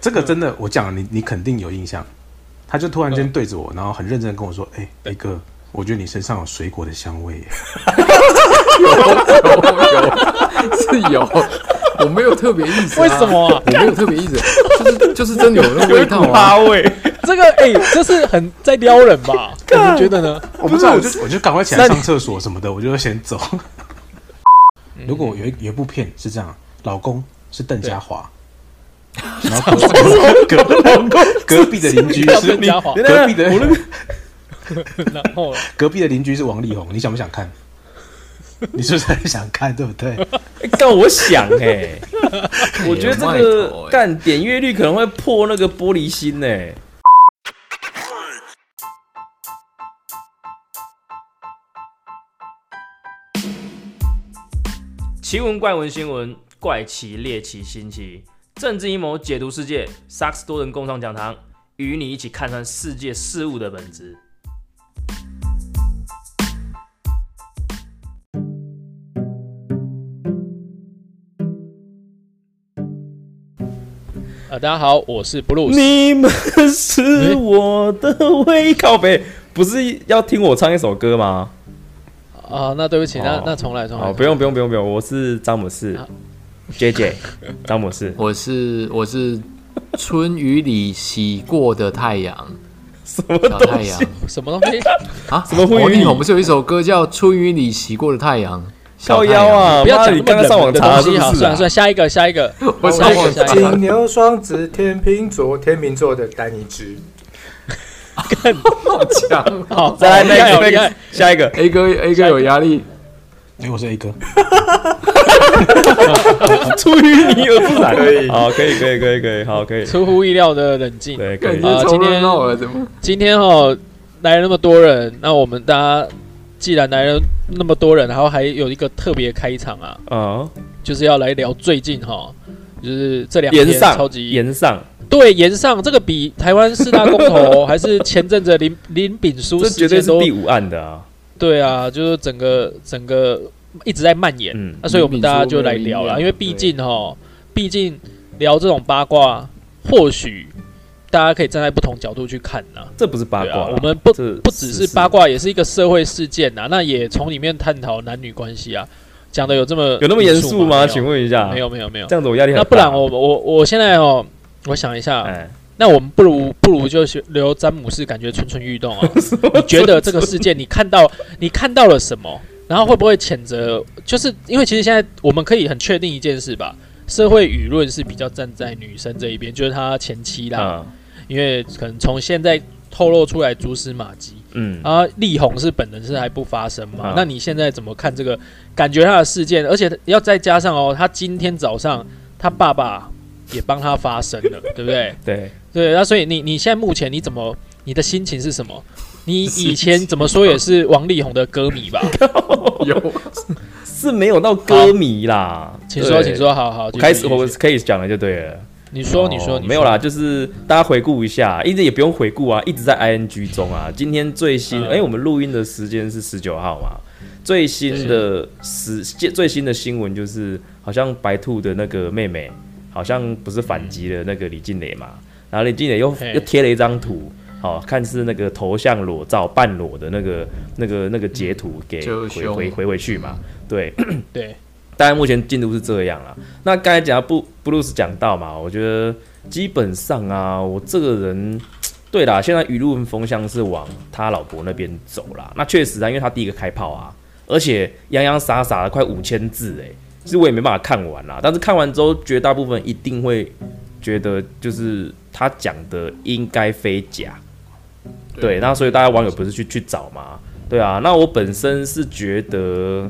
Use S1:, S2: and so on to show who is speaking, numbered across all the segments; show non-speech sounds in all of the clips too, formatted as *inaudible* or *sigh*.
S1: 这个真的，我讲你，你肯定有印象。他就突然间对着我，然后很认真地跟我说：“哎、雷哥，我觉得你身上有水果的香味
S2: *laughs*
S1: 耶。
S3: 有有是
S2: *laughs*
S3: 有，我没有特别意思、啊。
S2: 为什么啊
S3: 我没有特别意思，就是就是真的有那个味道啊。
S2: 八位，这个哎、这是很在撩人
S4: *laughs*
S2: 吧？你们觉得呢？”
S1: 我不知道，我就我就赶快起来上厕所什么的，我就先
S2: *laughs*
S1: 走。如果有一有一部片是这样，老公是邓家华，
S2: 嗯
S1: 然后隔隔隔隔壁的邻居
S2: 是
S1: 是
S2: 邓家华
S1: 隔壁的
S2: 我那个然
S4: *laughs*
S2: 后
S1: 隔壁的邻居是王力宏，你想不想看？你是不是很想看，对不对？
S4: 哎但我想哎、 *laughs* 我觉得这
S3: 哎呦
S4: 个
S3: 卖头哎，
S4: 干点阅率可能会破那个玻璃心欸呢、奇闻怪闻新闻怪奇猎奇新奇政治阴谋解读世界，萨克斯多人共创讲堂，与你一起看穿世界事物的本质。
S2: 呃，大家好，我是 Bruce。
S4: 你们是我的胃，靠背，不是要听我唱一首歌吗？
S2: 啊、那对不起，那
S4: 哦
S2: 那重来重来。
S4: 哦，不用不用不用不用，我是詹姆斯
S2: 啊
S4: ，J J，詹姆斯
S2: *laughs*
S3: 我是我是春雨里洗过的太阳，
S4: *laughs* 什么
S3: 小
S4: 东
S3: 太
S4: 西 *laughs*
S3: 阳？
S2: 什么东西？
S3: 啊？
S4: 什么婚
S3: 王
S4: 雨里
S3: 力宏不是有一首歌叫《春雨里洗过的太阳》？小
S4: 靠
S3: 太
S4: 腰
S3: 阳！
S4: 啊！
S2: 不要
S4: 妈
S2: 讲
S4: 你刚刚上网查
S2: 的
S4: 了
S2: 东
S4: 是
S2: 西，好，
S4: 不是
S2: 算了
S4: 啊
S2: 算？了，下一个下
S4: *laughs*
S2: 一个，
S3: 我
S2: 下一个
S3: 上
S2: 下一个。
S3: 网
S5: *laughs* 金牛、双子、天秤座、天秤座的单一只，
S3: 好强
S2: 好，
S4: 再
S2: 厉害
S4: 来
S2: 哦
S4: 那
S2: 厉
S4: 个
S2: 害。
S4: 下一个，
S3: *laughs* ！A 哥 A 哥有压力，
S1: 哎、我是 A 哥，
S4: 出淤泥而不染。
S5: 可以
S4: *laughs* 好，可以可以可以可以，好可以，
S2: 出乎意料的冷静。
S4: 对可
S3: 感
S4: 以
S2: 啊
S3: 觉超
S2: 今
S3: 热
S2: 天
S3: 闹了，怎
S4: *laughs*
S3: 么？
S2: 今天哦，来了那么多人，那我们大家既然来了那么多人，然后还有一个特别开场啊，
S4: 啊，
S2: 就是要来聊最近哈、就是这两天
S4: 延上
S2: 超级
S4: 延上，
S2: 对延上这个比台湾四大公投 *laughs* 还是前阵子林林炳书
S4: 这
S2: 事
S4: 绝对
S2: 件
S4: 是
S2: 都
S4: 第五案的啊。
S2: 对啊，就是整个整个一直在蔓延。
S4: 嗯
S2: 那所以我们大家就来聊了，因为毕竟哈，毕竟聊这种八卦，或许大家可以站在不同角度去看呐、
S4: 这不是八
S2: 对
S4: 卦
S2: 啊
S4: 啦，，
S2: 我们不
S4: 这
S2: 不只是
S4: 事
S2: 八，卦，也是一个社会事件呐、啊那也从里面探讨男女关系啊，讲的有这么
S4: 有那么严肃
S2: 没
S4: 吗？
S2: 有啊
S4: 请问一下，
S2: 没，有没有没有
S4: 这。样子我压力很
S2: 那
S4: 大。
S2: 不然我我我现在哦，我想一下，
S4: 哎，
S2: 那我们不如不如就是留詹姆斯，感觉蠢蠢欲动啊。你觉得这个事件你看到你看到了什么？然后会不会谴责？就是因为其实现在我们可以很确定一件事吧，社会舆论是比较站在女生这一边，就是她前妻啦，
S4: 啊，
S2: 因为可能从现在透露出来蛛丝马迹。
S4: 嗯，
S2: 啊，力宏是本人是还不发声嘛？
S4: 啊
S2: 那你现在怎么看这个？感觉他的事件，而且要再加上哦，他今天早上他爸爸也帮他发声了， *laughs* 对不对？
S4: 对，
S2: 对，那所以你你现在目前你怎么你的心情是什么？你以前怎么说也是王力宏的歌
S4: *laughs*
S2: 迷吧？
S3: 有
S4: 是没有到歌迷啦。
S2: 请说，
S4: 对
S2: 请。说，好好，
S4: 我开始
S2: 继续
S4: 我
S2: 继续
S4: 可以讲了就对了。
S2: 你说，你
S4: 哦
S2: 说，你
S4: 没有
S2: 说
S4: 啦，，就是大家回顾一下，一直也不用回顾啊，一直在 ing 中啊。今天最新，哎、
S2: 嗯
S4: 我们录音的时间是十九号嘛，最新的时最新的新闻就是，好像白兔的那个妹妹，好像不是反击了那个李静蕾嘛，然后李静蕾又
S2: 嘿
S4: 又贴了一张图。好、看是那个头像裸照半裸的那个、那个、那个截图给
S3: 遮
S4: 回
S3: 胸
S4: 回回回去嘛？对，
S2: 对，
S4: 大概目前进度是这样啦。那刚才讲到布布鲁斯讲到嘛，我觉得基本上啊，我这个人，对啦，现在舆论风向是往他老婆那边走啦。那确实啊，因为他第一个开炮啊，而且洋洋洒洒的快五千字哎、其实我也没办法看完啦。但是看完之后，绝大部分一定会觉得就是他讲的应该非假。对，那所以大家网友不是去去找嘛？对啊，那我本身是觉得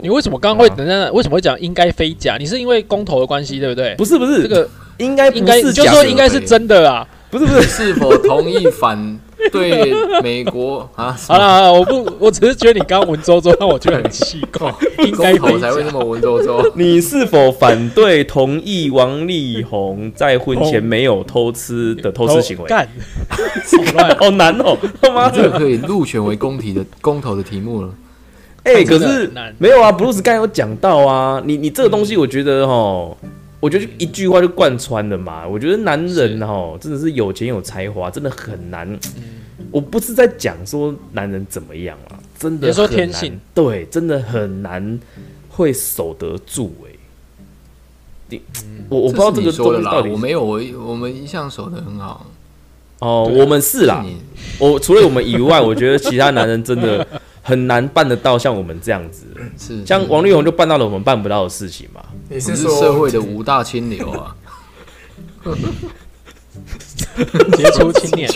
S2: 你为什么刚刚会
S4: 啊
S2: 等一下？为什么会讲应该非假？你是因为公投的关系，对不对？
S4: 不是不是
S2: 这个
S4: 应该不
S2: 应该
S4: 是
S2: 你就
S4: 假
S2: 说
S4: 的
S2: 应该是真的啊。
S4: 不是不是，
S3: 是否同意反对美
S4: *laughs*
S3: 国啊？
S2: 好啦，好啦我不，我只是觉得你刚刚文绉绉，让我觉得很奇怪，
S4: 哦
S2: 应该
S3: 公投
S2: 非
S3: 才
S2: 假。
S3: 会那么文绉绉。
S4: *laughs* 你是否反对同意王力宏在婚前没有偷吃的偷吃行为？
S2: 哦干，好
S4: *laughs*
S2: 乱。
S4: 好难哦，他妈
S3: 这
S4: 的！
S3: 个可以入选为公体的公投的题目了。
S4: 哎，
S2: 真
S4: 可
S2: 的
S4: 是
S2: 很难
S4: 没有啊，布鲁斯刚才有讲到啊，你你这个东西，我觉得哦，我觉得就一句话就贯穿了嘛。我觉得男人哦，真的是有钱有才华，真的很难。我不是在讲说男人怎么样啦，真的
S2: 你说
S4: 很
S2: 天
S4: 难
S2: 性，
S4: 对，真的很难会守得住哎、你我我不知道
S3: 这
S4: 这
S3: 是
S4: 个
S3: 你说
S4: 东
S3: 的
S4: 西
S3: 啦
S4: 到，底
S3: 我没有，我我们一向守得很好。
S4: 哦，我们是啦，
S3: 啊你
S4: 我除了我们以外，我觉得其他男人真的很难办得到像我们这样子。
S3: 是
S4: 像王力宏就办到了我们办不到的事情嘛。
S5: 你
S3: 我们
S5: 是
S3: 是
S5: 说
S3: 社会的五大清
S2: *laughs*
S3: 流啊，
S2: 杰出青年。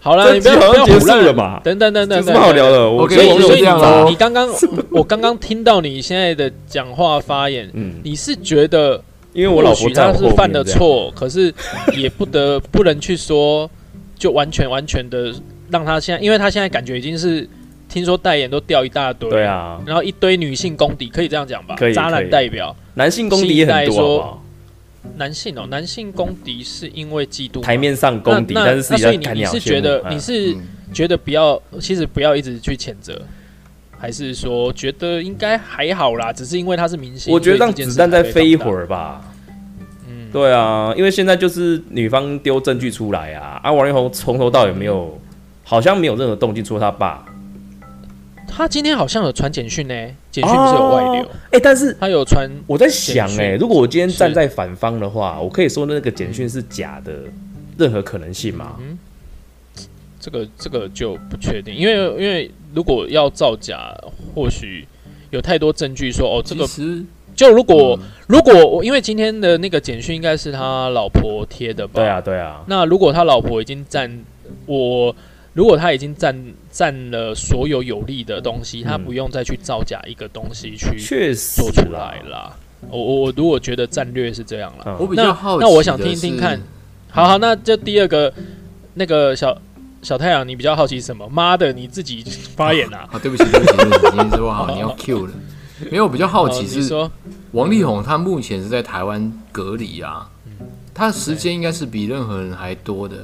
S2: 好
S4: *laughs* 这
S2: 了，你不要
S4: 集好
S2: 不要
S4: 像结
S2: 胡
S4: 束
S2: 乱
S4: 了吧？
S2: 等等等
S4: 这有什
S2: 等，
S4: 么好聊的？我
S3: OK，
S4: 觉得
S2: 所以
S4: 我
S3: 就
S2: 所
S4: 有
S2: 以
S3: 这样咯
S2: 你你
S4: *laughs*
S2: 刚刚我刚刚听到你现在的讲话发言，
S4: 嗯，
S2: 你是觉得
S4: 因为
S2: 因
S4: 我老婆在
S2: 她
S4: 我后
S2: 是
S4: 面
S2: 犯了
S4: 这样，
S2: 错，可是也不得 *laughs* 不能去说，就完全完全的让她现在，因为她现在感觉已经是听说代言都掉一大堆，
S4: 对，啊，
S2: 然后一堆女性公敌，可以这样讲吧
S4: 可以？
S2: 渣
S4: 可
S2: 男
S4: 以
S2: 代表
S4: 男性公敌也很多，好不好？
S2: 男性哦，男性公敌是因为嫉妒吗
S4: 台面上公敌，
S2: 那那
S4: 但是私
S2: 那
S4: 底
S2: 所
S4: 下
S2: 以你
S4: 看
S2: 你
S4: 好
S2: 是
S4: 羡
S2: 觉得
S4: 慕
S2: 你
S4: 嗯
S2: 是
S3: 嗯
S2: 觉得不要，其实不要一直去谴责，还是说觉得应该还好啦？只是因为他是明星，
S4: 我觉得
S2: 所以
S4: 让
S2: 这件
S4: 子
S2: 事
S4: 弹再
S2: 才被
S4: 飞一
S2: 放大
S4: 会。儿吧。
S2: 嗯，
S4: 对啊，因为现在就是女方丢证据出来啊，啊，王力宏从头到尾没有，好像没有任何动静，除了他爸。
S2: 他今天好像有传简讯呢、简讯不是有外流，
S4: 哦哎，但是
S2: 他有传
S4: 我在想、
S2: 简
S4: 欸，
S2: 讯
S4: 如果我今天
S2: 是
S4: 站在反方的话，我可以说那个简讯是假的，任何可能性吗？
S2: 嗯这个这个就不确定，因为因为如果要造假，或许有太多证据说哦，这
S3: 其
S2: 个
S3: 实
S2: 就如果、
S4: 嗯
S2: 如果我因为今天的那个简讯应该是他老婆贴的吧？
S4: 对啊，对啊，
S2: 那如果他老婆已经占我，如果他已经占占了所有有利的东西，他
S4: 嗯
S2: 不用再去造假一个东西去
S4: 确实啊
S2: 做出
S4: 啦
S2: 来啦。我我我如果觉得战略是这样啦，
S4: 嗯
S3: 我比
S2: 那
S3: 较好奇
S2: 那我想
S3: 的
S2: 听听
S3: 是
S2: 看，好好，那就第二个那个小小太阳，你比较好奇什么？妈的，你自己发言啊！
S3: *laughs* 啊，对不起，对不起，对不起，今天是哇，你要 Q 了。没有，我比较好
S2: 哦，
S3: 奇
S2: 你
S3: 是
S2: 说
S3: 王力宏他目前是在台湾隔离啊，他的时间应该是比任何人还多的。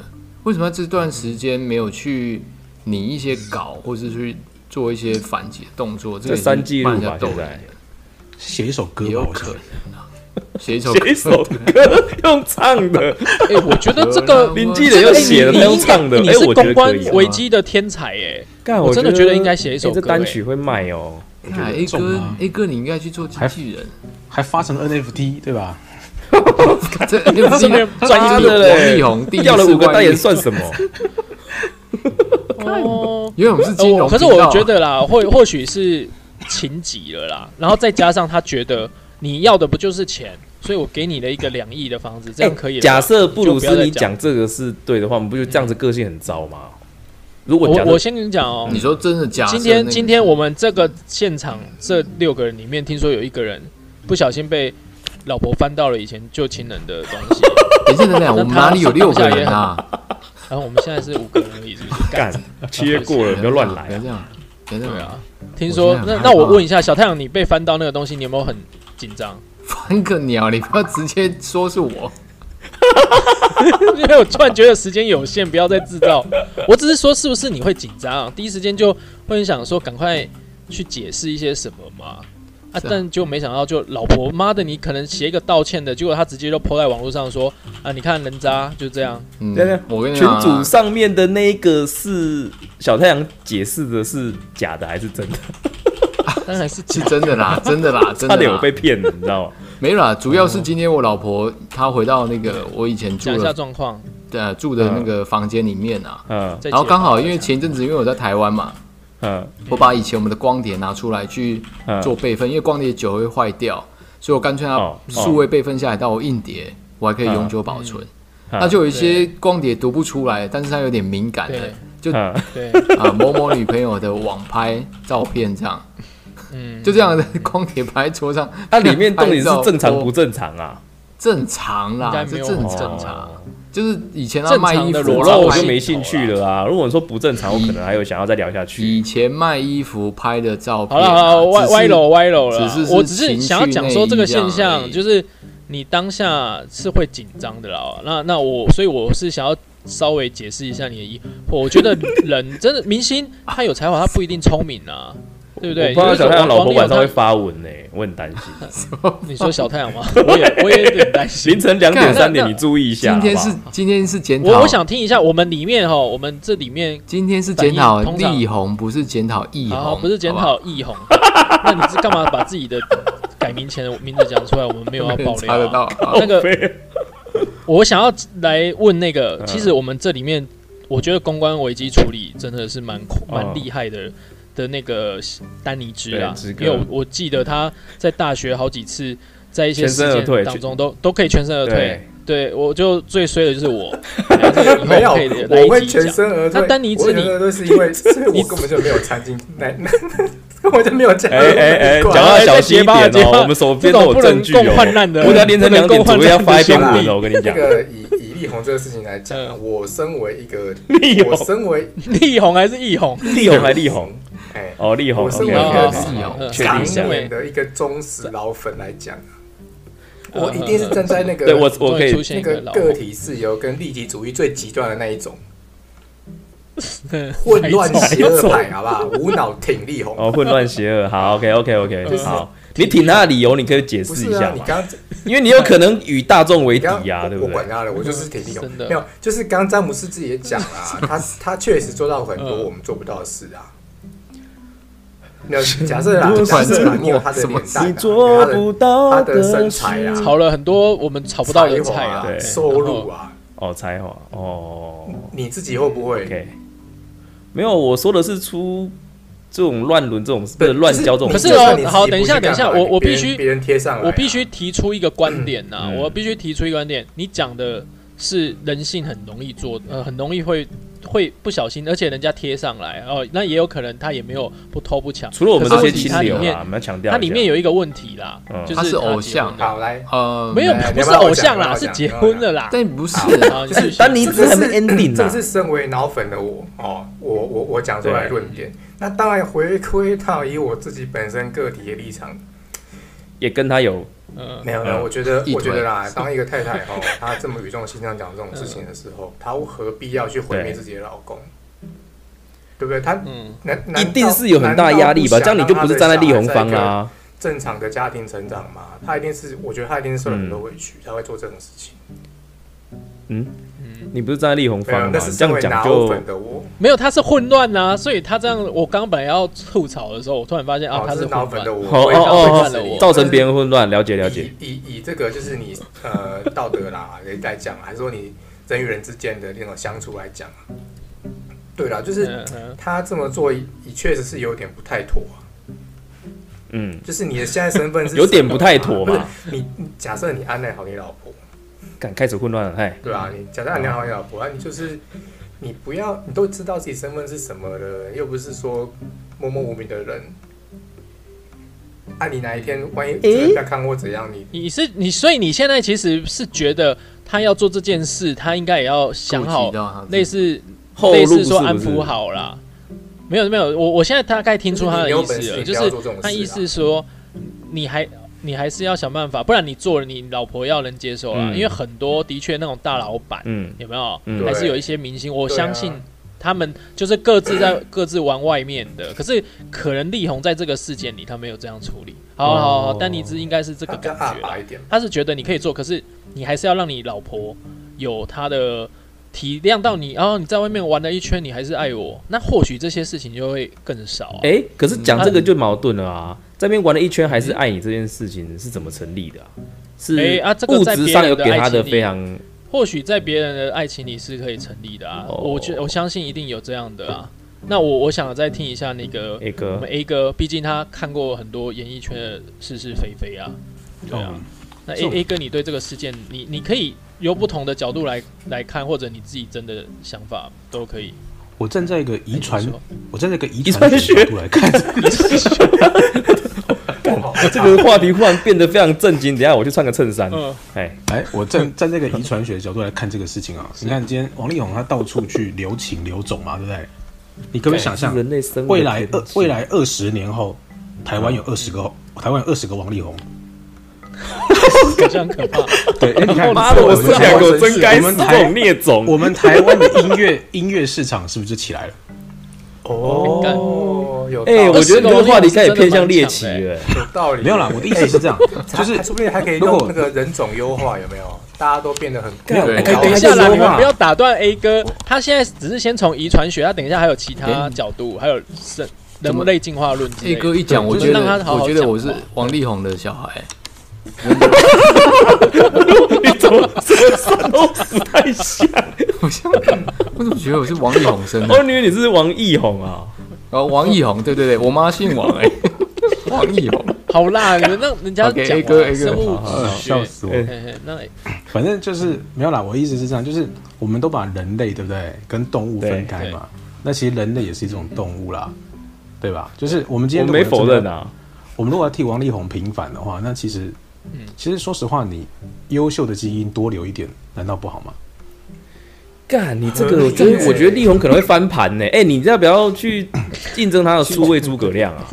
S3: 为什么他这段时间没有去拟一些稿，或是去做一些反击的动作？这
S4: 这
S3: 个已经
S4: 三季
S3: 骂
S4: 录
S3: 人家
S4: 吧，
S3: 斗
S4: 现
S3: 了
S4: 在
S1: 写一首歌
S3: 也
S1: 吧，
S3: 有
S1: 我
S3: 可
S1: 觉得
S3: 能啊，写一首。
S4: 写一首歌用唱
S2: *laughs*
S4: 的，
S2: 哎、我觉得这
S4: *laughs*
S2: 个
S4: 林继磊又写了，
S2: 你
S4: 他用唱的，
S2: 你
S4: 哎，
S2: 是
S4: 我觉
S2: 公
S4: 得
S2: 关
S4: 可以啊。
S2: 危机的天才哎、
S4: 干，
S2: 我真的觉得应该写一首
S4: 哎这
S2: 歌
S4: 单
S2: 哎
S4: 曲会卖哦。
S3: 看 A
S1: 中
S3: 哎哥
S1: 啊
S3: ，A 哥你应该去做经纪人，
S1: 还发成 NFT 对吧？
S3: *laughs* 这你不是
S2: 顺便
S4: 专
S3: 专
S4: 业的嘞
S3: 王力宏第一
S4: 掉了
S3: 次
S4: 五个
S3: 外
S4: 代言
S3: 遇
S4: 算什么？
S2: 哦，
S3: 因为我们是
S2: 呃
S3: 金
S2: 我
S3: 融
S2: 可
S3: 频道啊、
S2: 是我觉得啦，或或许是情急了啦，然后再加上他觉得你要的不就是钱，所以我给你了一个两亿的房 *laughs* 子，这样可以
S4: 哎
S2: 了吧、
S4: 假设布鲁
S2: 就不要
S4: 斯
S2: 再
S4: 你
S2: 讲
S4: 讲这个是对的话，我们不就这样子个性很糟吗？如果假
S2: 我
S4: 设
S2: 我先跟你讲哦、
S3: 你说真的嗯假设那
S2: 今
S3: 个？
S2: 天今天我们这个现场这六个人里面，听说有一个人不小心被老婆翻到了以前旧情人的东
S3: *laughs*
S2: 西，
S3: 等一下等一下，我们哪里有六个人啊？
S2: 然后我们现在是五个人而已，是不
S3: *laughs*
S2: 是？
S4: 干
S2: *laughs*
S4: 切过了，不要乱来
S3: 不要
S4: 啊。
S3: 这样，不要这
S2: 对
S3: 样。
S2: 啊，听说
S3: 我现在
S2: 那
S3: 很
S2: 那我
S3: 害怕
S2: 问一下小太阳，你被翻到那个东西，你有没有很紧张？
S3: 翻个鸟，你不要直接说是我。
S2: *laughs* 因为我突然觉得时间有限，不要再制造。我只是说，是不是你会紧张？啊第一时间就会很想说，赶快去解释一些什么嘛。啊
S3: 是啊，
S2: 但就没想到，就老婆妈的，你可能写一个道歉的，结果他直接就泼在网络上说啊，你看人渣就这样。
S3: 嗯
S4: 对对，
S3: 我跟你
S4: 群
S3: 讲啊，
S4: 主上面的那一个是小太阳解释的是假的还是真的？
S2: 当然是
S3: 是真的
S4: *laughs*
S3: 啦，真的啦，真
S4: 差
S3: 的
S4: 点我
S3: 啦。
S4: 被嗯骗了，你知道
S3: *laughs*
S4: 吗？
S3: 没有啦，主要是今天我老婆她回到那个我以前住
S2: 讲一下
S3: 的
S2: 状况。
S3: 呃住的那个房间里面啊，
S4: 嗯
S2: 再
S3: 然后
S2: 解
S3: 刚好
S2: 释
S3: 因为前阵子因为我在台湾嘛，
S4: 嗯
S3: 我把以前我们的光碟拿出来去
S4: 嗯，
S3: 做备份，因为光碟久了会坏掉，所以我干脆要
S4: 哦
S3: 数位备份下来到我硬碟，我还可以永久保存。
S4: 嗯
S3: 那就有一些光碟读不出来，但是它有点敏感的
S2: 对
S3: 就
S4: 嗯
S2: 对，
S3: 啊，某某女朋友的网拍照片这样，
S2: 嗯，
S3: 就这样的光碟摆在桌上，
S4: 它啊里面到底是正常不
S3: 拍照
S4: 正常啊？
S3: 正常
S2: 应该
S3: 啦？
S2: 没
S3: 这
S2: 有
S3: 正
S2: 哦
S3: 正常，
S4: 哦
S3: 就是以前他
S2: 正
S3: 卖
S2: 常
S3: 衣
S2: 的
S3: 服，
S2: 裸
S4: 裸
S2: 照
S4: 露我
S2: 拍
S4: 就
S2: 一
S4: 没
S2: 头
S4: 兴趣
S2: 啦
S4: 了啊。如果你说不正常，我可能还有想要再聊下
S3: 以
S4: 去。
S3: 前卖衣服拍的照
S2: 好
S3: 片
S2: 了
S3: 啊，
S2: 好了，歪
S3: 只是
S2: 歪楼歪楼了啦
S3: 只是。是
S2: 我只是想要讲说这个现
S3: 情绪内衣这样而
S2: 象，
S3: 已
S2: 就是你当下是会紧张的啦。那那我，所以我是想要稍微解释一下你的疑惑。我觉得人真的明星他有才华，他不一定聪明啊。对不对？
S4: 我不知道小太阳老婆晚上会
S2: 会，
S4: 发文呢、我很
S2: *laughs*
S4: 担心。
S2: 你说小太阳吗？我也我也有点担心
S4: 凌。晨两点
S3: 干
S4: 三点，
S3: 那
S4: 你注意一下好
S3: 今
S4: 不好。
S3: 天是今天是检讨，
S2: 我我想听一下，我们里面哈，我们这里面
S3: 今天是检讨
S2: 反应通常
S3: 力宏，不是检讨易
S2: 好，
S3: 宏，
S2: 不是检
S3: 好
S2: 讨易红，那你是干嘛把自己的改名前的名字讲出来？我们没有
S3: 不
S2: 要
S3: *laughs* 好，
S2: 爆
S3: 查得
S2: 料 *laughs* 啊、
S3: 到。好
S2: 那个，我想要来问那
S4: 嗯
S2: 个，其实我们这里面，我觉得公关危机处理真的是蛮酷
S4: 嗯
S2: 蛮厉害的。的那个丹尼之啊
S4: 对之，哥
S2: 因为我我记得他在大学好几次，在一些
S4: 全
S2: 事
S4: 身而退
S2: 件当中都都可以全身而退
S4: 对。，
S2: 对我就最衰的就是
S4: *laughs*
S2: 我，然后这个以
S5: 没
S2: 后
S5: 有
S2: 可以，来
S5: 我
S2: 一
S5: 会
S2: 集讲
S5: 全。身而退。
S2: 那丹尼
S5: 我
S2: 治你
S5: 全身而退是因
S2: *laughs*
S5: 为，是我根本就没有参进那那， *laughs* 根本就没有加入
S4: 哎哎
S5: *laughs*
S4: 哎，
S2: *laughs*
S5: 那
S4: 讲话
S5: 一块。
S2: 哎
S4: 小心一点
S2: 哎结巴结
S4: 哦
S2: 巴，
S4: 我们手
S2: 这
S4: 边都
S2: 种
S4: 有
S2: 不能
S4: 证据
S2: 共患
S4: 哦。
S2: 难的，
S4: 我在凌晨两点
S2: 不
S4: 左
S2: 能共
S4: 右要
S2: 患
S4: 发
S2: 难的啊
S4: 一篇
S2: 兄
S4: 文
S2: 弟
S4: 哦，我跟你
S5: 这
S4: 讲。
S5: 个以以力宏这个事情来讲啊，
S2: 嗯
S5: 我身为一个，
S4: 力
S5: 我
S4: 宏，
S5: 身为
S2: 力宏还是易宏？
S4: 力宏还力宏，
S5: 哎，
S4: 哦，力宏
S5: 我身
S4: ，OK
S5: 为一
S2: 哦
S5: 个
S4: OK，
S3: 力宏
S2: 嗯
S4: 确定
S5: 长
S4: 一下。
S5: 远的一个忠实老粉来讲啊，我一定是站在那个
S4: 嗯对我我
S2: 终
S4: 可
S2: 于嗯出
S4: 以，
S2: 现
S5: 那
S2: 一个
S5: 个
S2: 老
S5: 个体自由跟利己主义最极端的那一种
S2: 嗯
S5: 混
S2: *laughs*
S5: 乱邪恶
S4: 哪一
S5: 派，好不好？无脑挺力宏。
S4: 哦，混乱邪恶，
S5: *laughs*
S4: 好，OK OK
S5: 就
S4: OK，
S5: 是
S4: 好，你挺他的理由，你可以解
S5: 不
S4: 释
S5: 是
S4: 一
S5: 啊
S4: 下，
S5: 你
S4: 嘛，
S5: 刚
S4: 因为你有可能与大众为敌
S5: 刚
S4: 呀，对不
S5: 我
S4: 对
S5: 管？他了，我就是挺力宏。
S2: 嗯真的
S5: 没有，就是刚刚詹姆斯自己也讲
S2: *laughs*
S5: 啦，他他确实做到很
S2: 嗯
S5: 多我们做不到的事啊。那假设啦，假设啦，你有他的脸蛋啊，
S4: 你
S5: 有
S4: 做
S5: 他的
S4: 不到
S5: 他的身
S4: 事
S5: 材啊
S2: 炒了很多我们炒不到的
S5: 才华
S2: 菜
S5: 啊
S2: 啊，
S4: 对
S5: 收入啊，
S4: 哦，才华哦
S5: 你自己会不会？
S4: 嗯，OK，没有，我说的是出这种乱伦这种，不是乱交这种
S2: 可
S5: 就是算
S2: 哦
S5: 你自己
S2: 好
S5: 不
S2: 等一
S5: 去
S2: 下
S5: 干
S2: 等一下
S5: 嘛
S2: 我我
S5: 别
S2: 必
S5: 人
S2: 须
S5: 别人贴上来啊，
S2: 我必须提出一个观点呐、
S4: 嗯
S2: 我必须提出一个观点。你讲的是人性很容易做，呃，很容易会会不小心，而且人家贴上来哦，那也有可能他也没有不偷不抢。
S4: 除了我们这
S2: 可
S4: 些
S2: 是
S4: 清
S2: 它里
S4: 流
S2: 面
S4: 啊，我们要强调一下，
S2: 它里面有一个问题啦，
S4: 嗯
S2: 就是
S3: 他是
S2: 结婚
S3: 偶像
S5: 好来，
S3: 呃，
S2: *laughs* 没有
S5: 来
S2: 不
S5: 哎你要
S2: 是
S5: 不要
S2: 偶
S5: 我讲
S2: 像
S5: 你要
S2: 啦，
S5: 不
S2: 是
S5: 要
S2: 结
S5: 讲
S2: 婚了啦。
S3: 但不是
S2: 好
S3: 啊，
S2: 就
S3: 就是是
S4: 丹尼
S5: 这
S4: 兹
S5: 个
S4: 还没
S5: 是
S4: ending
S5: 这
S4: 啊
S5: 个是，身为脑粉的我哦，我我我讲出来的
S4: 对
S5: 论点。那当然回归到以我自己本身个体的立场，
S4: 也跟他有
S2: 嗯，
S5: 没有没
S4: 嗯
S5: 有，我觉得
S3: 一
S5: 我觉
S3: 推
S5: 得
S4: *laughs*
S5: 啦，当一个太太哦，她这么语重心长讲这种事情的时
S4: 嗯
S5: 候，她何必要去毁灭
S4: 对
S5: 自己的老公？对不对？她
S2: 嗯
S5: 难难
S4: 一
S5: 道
S4: 定是有很大压力吧？
S5: 难
S4: 这
S5: 道
S4: 样你就不是站在力宏
S5: 想让
S4: 方啊嗯
S5: 她的小孩在一个
S4: 啦。
S5: 正常的家庭成长嘛，她一定是，我觉得她一定是受了很多委屈，才会做这种事情。
S4: 你不是站在力宏
S5: 没有，
S4: 方
S5: 那
S4: 吗？
S5: 是
S4: 这
S5: 身
S4: 样
S5: 为
S4: 讲
S5: 拿
S4: 就
S5: 欧粉的我，
S2: 没有，他是混乱呐、所以他这样，我刚本来要吐槽的时候，我突然发现啊，
S5: 哦，
S2: 他
S5: 这是拿
S2: 混
S5: 欧
S2: 乱
S5: 粉的。我，
S4: 哦
S5: 我也
S4: 哦
S5: 知道
S4: 哦
S5: 会
S2: 哦
S5: 是你
S4: 造成别人混乱，了解了解。
S5: 以以以这个就是你呃道德啦来讲，啊还是说你人与人之间的那种相处来讲啊，对啦，就是
S2: 嗯嗯
S5: 他这么做，也确实是有点不太妥啊、
S4: 嗯，
S5: 就是你的现在身份是
S4: *laughs*
S5: 啊
S4: 有点不太妥
S5: 不是
S4: 嘛。
S5: 你你假设你安奈好你老婆，
S4: 敢开始混乱了，嗨，
S5: 对啊，你假设安奈好你老婆，啊，你就是你不要，你都知道自己身份是什么了，又不是说默默无名的人。啊，你哪一天万一真的要看或怎样，你
S2: 你是你，所以你现在其实是觉得他要做这件事，他应该也要 *laughs* 想好
S3: 顾及到他自己
S2: 类似
S4: 后
S2: 类
S4: 路
S2: 似
S4: 是
S2: 说安
S4: 不
S2: 抚
S4: 是？
S2: 好啦。没有没有，我我现在大概听出他的意思了，就是
S5: 就你没有本事你不要
S2: 是
S5: 做这种事啊
S2: 他意思说，你还你还是要想办法，不然你做了，你老婆要能接受啦。
S4: 嗯
S2: 因为很多的确那种大老板
S4: 嗯，
S2: 有没有
S4: 嗯，
S2: 还是有一些明星，我
S5: 对啊
S2: 相信他们就是各自在 *coughs* 各自玩外面的。可是可能力宏在这个事件里，他没有这样处理。好好好，
S4: 哦
S2: 丹尼兹应该是这
S5: 他
S2: 个
S5: 比较
S2: 感
S5: 阿
S2: 觉啊啦
S5: 爸。一点。
S2: 他是觉得你可以做，可是你还是要让你老婆有她的体谅到你，然、哦后你在外面玩了一圈，你还是爱我，那或许这些事情就会更少啊、
S4: 哎，可是讲这个就矛盾了啊。这边玩了一圈还是爱你这件事情是怎么成立的啊？
S2: 哎
S4: 是
S2: 啊这个
S4: 物
S2: 在
S4: 质
S2: 别
S4: 上
S2: 人
S4: 有
S2: 的
S4: 给
S2: 爱
S4: 他的
S2: 情里
S4: 非常
S2: 或许在别人的爱情里是可以成立的啊。
S4: 哦
S2: 我觉我相信一定有这样的啊。那我我想再听一下那个
S4: 那
S2: 我
S4: 个
S2: 们 A 哥，毕竟他看过很多演艺圈的是是非非啊。对啊，
S1: 嗯
S2: 那
S1: 这种
S2: A A 哥，你对这个事件，你你可以由不同的角度来来看，或者你自己真的想法都可以。
S1: 我站在一个遗传
S2: 哎你说，
S1: 我站在一个遗
S4: 遗
S1: 传
S4: 传
S1: 学的角度来看，
S4: *laughs* 这个话题忽然变得非常震惊。等一下我去穿个衬衫，
S2: 嗯，
S4: 哎，
S1: 哎，我站站在一个遗传学的角度来看这个事情啊。 *laughs* 你看，今天王力宏他到处去留情留种嘛，对不对？你可不可以想象
S4: 是，人类生活
S1: 未来
S4: 的
S1: 二
S4: 天性
S1: 未来二十年后，台湾有二十个台湾有二十个王力宏？
S2: 好像可怕。
S1: 对，哎，你看，
S4: 妈的，我
S1: 们
S4: 是两
S1: 台
S4: 个
S1: 湾
S4: 真该
S1: 我
S4: 死
S1: 们
S4: 这种
S1: 台
S4: 孽种。
S1: *laughs* 我们台湾的音乐音乐市场是不是就起来了？
S5: 哦，有道
S4: 哎、
S5: 理
S4: 我觉得这个话题应该也
S2: 真的
S4: 偏
S2: 蛮
S4: 向猎
S2: 强
S4: 奇
S2: 的
S4: 了、
S5: 有道理。
S1: 没有啦，我的意思是这样，
S5: 还，
S1: 就是
S5: 还说不定还可以
S1: 如
S5: 用
S1: 果
S5: 那个人种优化，有没有？大家都变得很
S1: 干
S3: 对
S5: 很
S3: 哎
S5: 高
S2: 等一下
S4: 还
S2: 啦，
S4: 在
S2: 你
S4: 说
S2: 们
S4: 话
S2: 不要打断 A 哥，他现在只是先从遗传学，他等一下还有其他
S3: 嗯
S2: 角度，还有生
S3: 怎么
S2: 人类进化论之类
S3: A
S2: 的。
S3: 哥哎一讲，我
S2: 就是
S3: 觉
S2: 让他
S3: 得
S2: 好好
S3: 我觉得
S2: 讲
S3: 我是
S2: 话
S3: 王力宏的小孩， *laughs*
S4: 你怎么这个 *laughs* 山都不太
S2: *laughs*
S4: 像？
S3: 我像我怎么觉得我是王力宏生的 *laughs*
S4: 哦，？你以为你是王力宏啊？
S3: 哦，王力宏，对对对，我妈姓王哎、 *laughs* 王力
S4: *laughs*
S3: 宏。
S2: 好啦，你们让人家
S3: OK，
S2: 讲
S3: A 哥
S2: 完
S3: A 哥
S2: 生物
S3: 好
S1: 呃
S2: 学
S1: 笑死我。
S4: 哎
S2: 嘿嘿那
S1: 反正就是没有啦，我意思是这样，就是我们都把人类对不对跟动物分开嘛，那其实人类也是一种动物啦，对吧？就是我们今
S4: 我
S1: 天如果
S4: 没否认
S1: 真的，
S4: 啊，
S1: 我们如果要替王力宏平反的话，那其实，
S4: 嗯
S1: 其实说实话，你优秀的基因多留一点，难道不好吗？
S4: 干你这
S5: 合
S4: 个，
S5: 理
S4: 我觉得
S5: 耶
S4: 我觉得力宏可能会翻盘呢、哎、你要不要去竞争他的数位诸葛亮啊？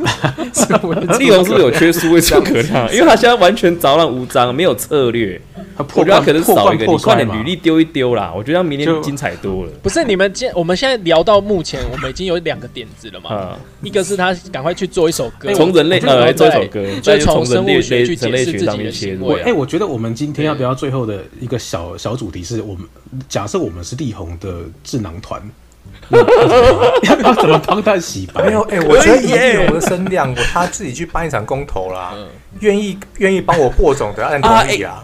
S4: 力宏是不是有缺数位诸葛亮啊？因为他现在完全杂乱无章，没有策略，
S1: 他
S4: 我
S1: 破
S4: 觉
S1: 罐
S4: 得他可能
S1: 破
S4: 少一
S1: 罐
S4: 个。
S1: 破
S4: 你
S1: 摔
S4: 快点
S1: 嘛
S4: 履。历丢一丢啦，我觉得他明
S1: 就
S4: 年精彩多了。
S2: 不是你们今我们现在聊到目前，我们已经有两个点子了嘛？
S4: 啊，
S2: 一个是他赶快去做一首歌，
S4: 从人类
S2: 然后
S4: 呃，这
S2: 再
S4: 首歌，
S2: 所以
S4: 再从
S2: 从
S4: 人
S2: 生
S4: 类
S2: 物学
S4: 类
S2: 去
S4: 人
S2: 解
S4: 类
S2: 释
S4: 学
S2: 自
S4: 上
S2: 己
S4: 面
S2: 的
S4: 切
S2: 行
S4: 入
S2: 为
S1: 哎、
S4: 啊。
S1: 我觉得我们今天要不要最后的一个小小主题是我们假设我们是力宏的智囊
S4: *laughs*
S1: 团，那 *laughs* 要怎么帮他洗白？
S5: 没有，哎、我觉得
S4: 可以
S5: 以嗯
S4: 耶
S5: 力宏的声量，我他自己去办一场公投啦，愿意愿意帮我播种的，按同意啊。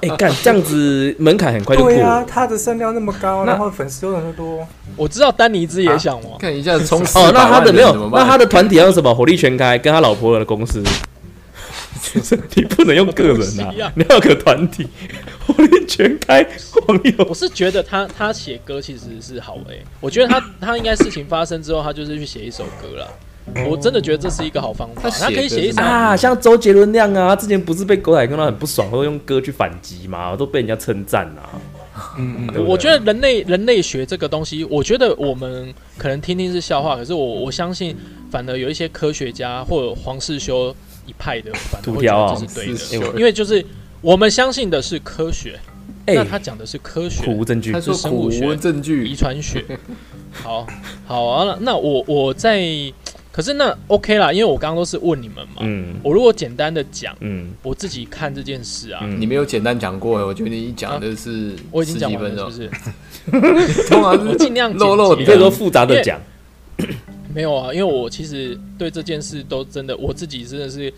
S4: 哎，干这样子门槛很快就过
S5: 对啊，
S4: 了。
S5: 他的声量那么高，然后粉丝又那么多，
S2: 我知道丹尼兹也想我，
S3: 看一下冲
S4: 哦，那他的没有，那他
S3: 的
S4: 的团体要用什么？火力全开，跟他老婆的公司。 *laughs* 就是你不能用个人
S2: *laughs* 什么东西
S4: 啊
S2: 啊，
S4: 你要有个团体。 *laughs* 火力全开，黄
S2: 我
S4: 油
S2: 是觉得他他写歌其实是好诶、我觉得他他应该事情发生之后，他就是去写一首歌啦。我真的觉得这是一个好方法，
S3: 哦他写
S2: 他可以写一
S3: 歌是
S2: 首
S3: 吗
S4: 啊，像周杰伦那样啊，他之前不是被狗仔跟到很不爽，都用歌去反击嘛，都被人家称赞啊。
S5: 嗯嗯，
S4: 对不对
S2: 我觉得人类人类学这个东西，我觉得我们可能听听是笑话，可是我我相信，反而有一些科学家或者黄世修一派的，反而
S4: 土
S2: 会
S4: 条
S2: 觉
S4: 啊
S2: 得这是对
S3: 是
S2: 的，
S3: 是
S2: 因为就是我们相信的是科学，
S4: 哎
S2: 那他讲的是科学
S4: 苦无证据
S3: 他，说
S2: 是生
S3: 苦
S2: 物学
S3: 无证
S2: 遗
S3: 据，
S2: 传学。好，好啊，那那我我在，可是那 OK 啦，因为我刚刚都是问你们嘛，
S4: 嗯
S2: 我如果简单的讲
S4: 嗯，
S2: 我自己看这件事啊，
S4: 嗯
S3: 你没有简单讲过哎，我觉得你一讲的是
S2: 啊我已经
S3: 十
S2: 讲
S3: 几
S2: 完
S3: 分
S2: 了，
S3: 钟，
S2: 是不是？
S3: 通常
S2: 我
S3: 是
S2: 尽量简
S3: 肉
S2: 洁
S3: 肉
S2: 啊
S4: 你
S3: 的
S4: 可以说复杂的讲，
S2: 没有啊，因为我其实对这件事都真的，我自己真的是，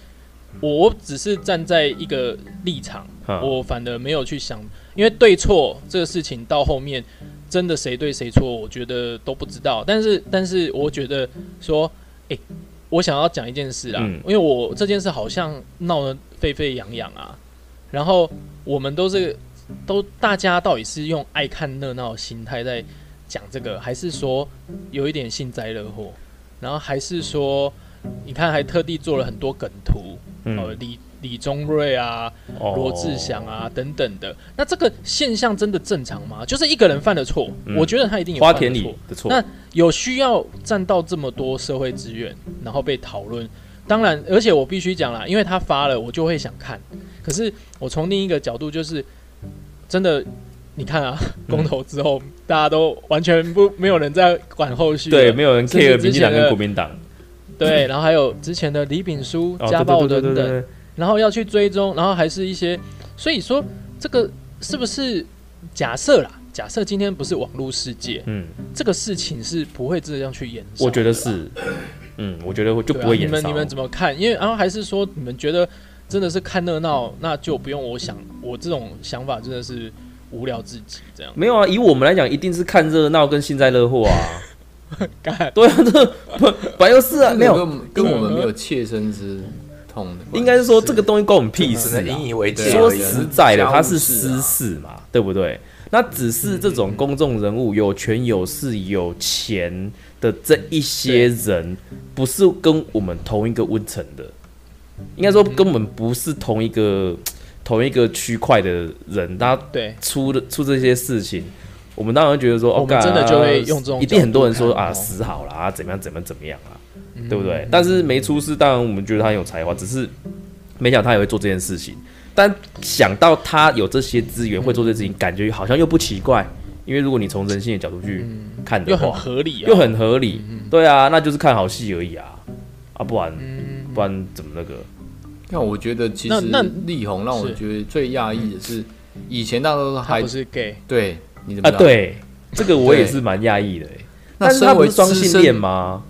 S2: 我我只是站在一个立场，
S4: 啊
S2: 我反而没有去想，因为对错这个事情到后面真的谁对谁错，我觉得都不知道。但是，但是我觉得说，诶，我想要讲一件事啦，
S4: 嗯
S2: 因为我这件事好像闹得沸沸扬扬啊，然后我们都是都大家到底是用爱看热闹的心态在讲这个，还是说有一点幸灾乐祸？然后还是说，你看还特地做了很多梗图，呃，
S4: 嗯，
S2: 李李宗瑞啊，
S4: 哦
S2: 罗志祥啊等等的。那这个现象真的正常吗？就是一个人犯的错，
S4: 嗯
S2: 我觉得他一定有
S4: 花
S2: 犯的
S4: 田
S2: 错
S4: 里的错，
S2: 那有需要占到这么多社会资源，然后被讨论。当然，而且我必须讲啦，因为他发了，我就会想看。可是我从另一个角度，就是真的，你看啊，
S4: 嗯
S2: 公投之后，大家都完全不没有人在管后续了，
S4: 对，没有人
S2: 这是
S4: care
S2: 之
S4: 民进
S2: 前
S4: 党跟
S2: 的
S4: 国民党，
S2: 对，然后还有之前的李炳书
S4: 哦，
S2: 家
S4: 对
S2: 暴
S4: 对对
S2: 等
S4: 对
S2: 等，
S4: 对
S2: 然后要去追踪，然后还是一些，所以说这个是不是假设啦？假设今天不是网络世界，
S4: 嗯，
S2: 这个事情是不会这样去延伸。
S4: 我觉得是，嗯，我觉得就
S2: 对
S4: 不会
S2: 啊、你
S4: 演
S2: 们
S4: 烧
S2: 你。们怎么看？因为然后还是说你们觉得真的是看热闹，那就不用我想，我这种想法真的是无聊至极，这样
S4: 没有啊，以我们来讲，一定是看热闹跟幸灾乐祸啊。
S2: *laughs* 干
S4: 对啊，这不本来就是啊，没有，
S3: 跟跟我们没有切身之痛的关
S4: *laughs*
S3: 系，
S4: 应该是说这个东西关我们屁
S5: 只
S4: 事
S5: 能
S4: 啊。
S5: 引以为戒
S4: 说
S5: 而已。
S4: 实在的，
S5: 家务
S4: 它是
S5: 事
S4: 私
S5: 啊嗯
S4: 事嘛，对不对？那只是这种公众人物有权有势有钱的这一些人，不是跟我们同一个温层的，应该说
S2: 嗯
S4: 根本不是同一个同一个区块的人，他
S2: 对，
S4: 出的出这些事情，我们当然会觉得说，哦，
S2: 我们
S4: 干
S2: 真的
S4: 啊
S2: 就会用这种
S4: 一定很多人
S2: 角
S4: 说
S2: 度看
S4: 啊，
S2: 哦嗯
S4: 死好了啊，怎么样怎么样怎么样啊，对不对？但是没出事，当然我们觉得他很有才华，只是没想到他也会做这件事情。但想到他有这些资源会做这些事情，感觉好像又不奇怪，因为如果你从人性的角度去看的
S2: 嗯又很
S4: 话，
S2: 合理、啊，
S4: 又很合理，对啊，那就是看好戏而已啊，啊，不然
S2: 嗯
S4: 不然怎么那个？
S3: 但我觉得其
S2: 那
S3: 实
S2: 那
S3: 力宏让我
S2: 是
S3: 觉得最讶异的是，以前大家都
S2: 他
S3: 还
S2: 不是 gay，
S3: 对你怎么
S4: 啊，
S3: 知道，
S4: 对，这个我也
S3: 对
S4: 是蛮讶异的欸。
S3: 那
S4: 但是他
S3: 身
S4: 不
S3: 为
S4: 是双
S3: 资
S4: 性
S3: 深
S4: 恋吗？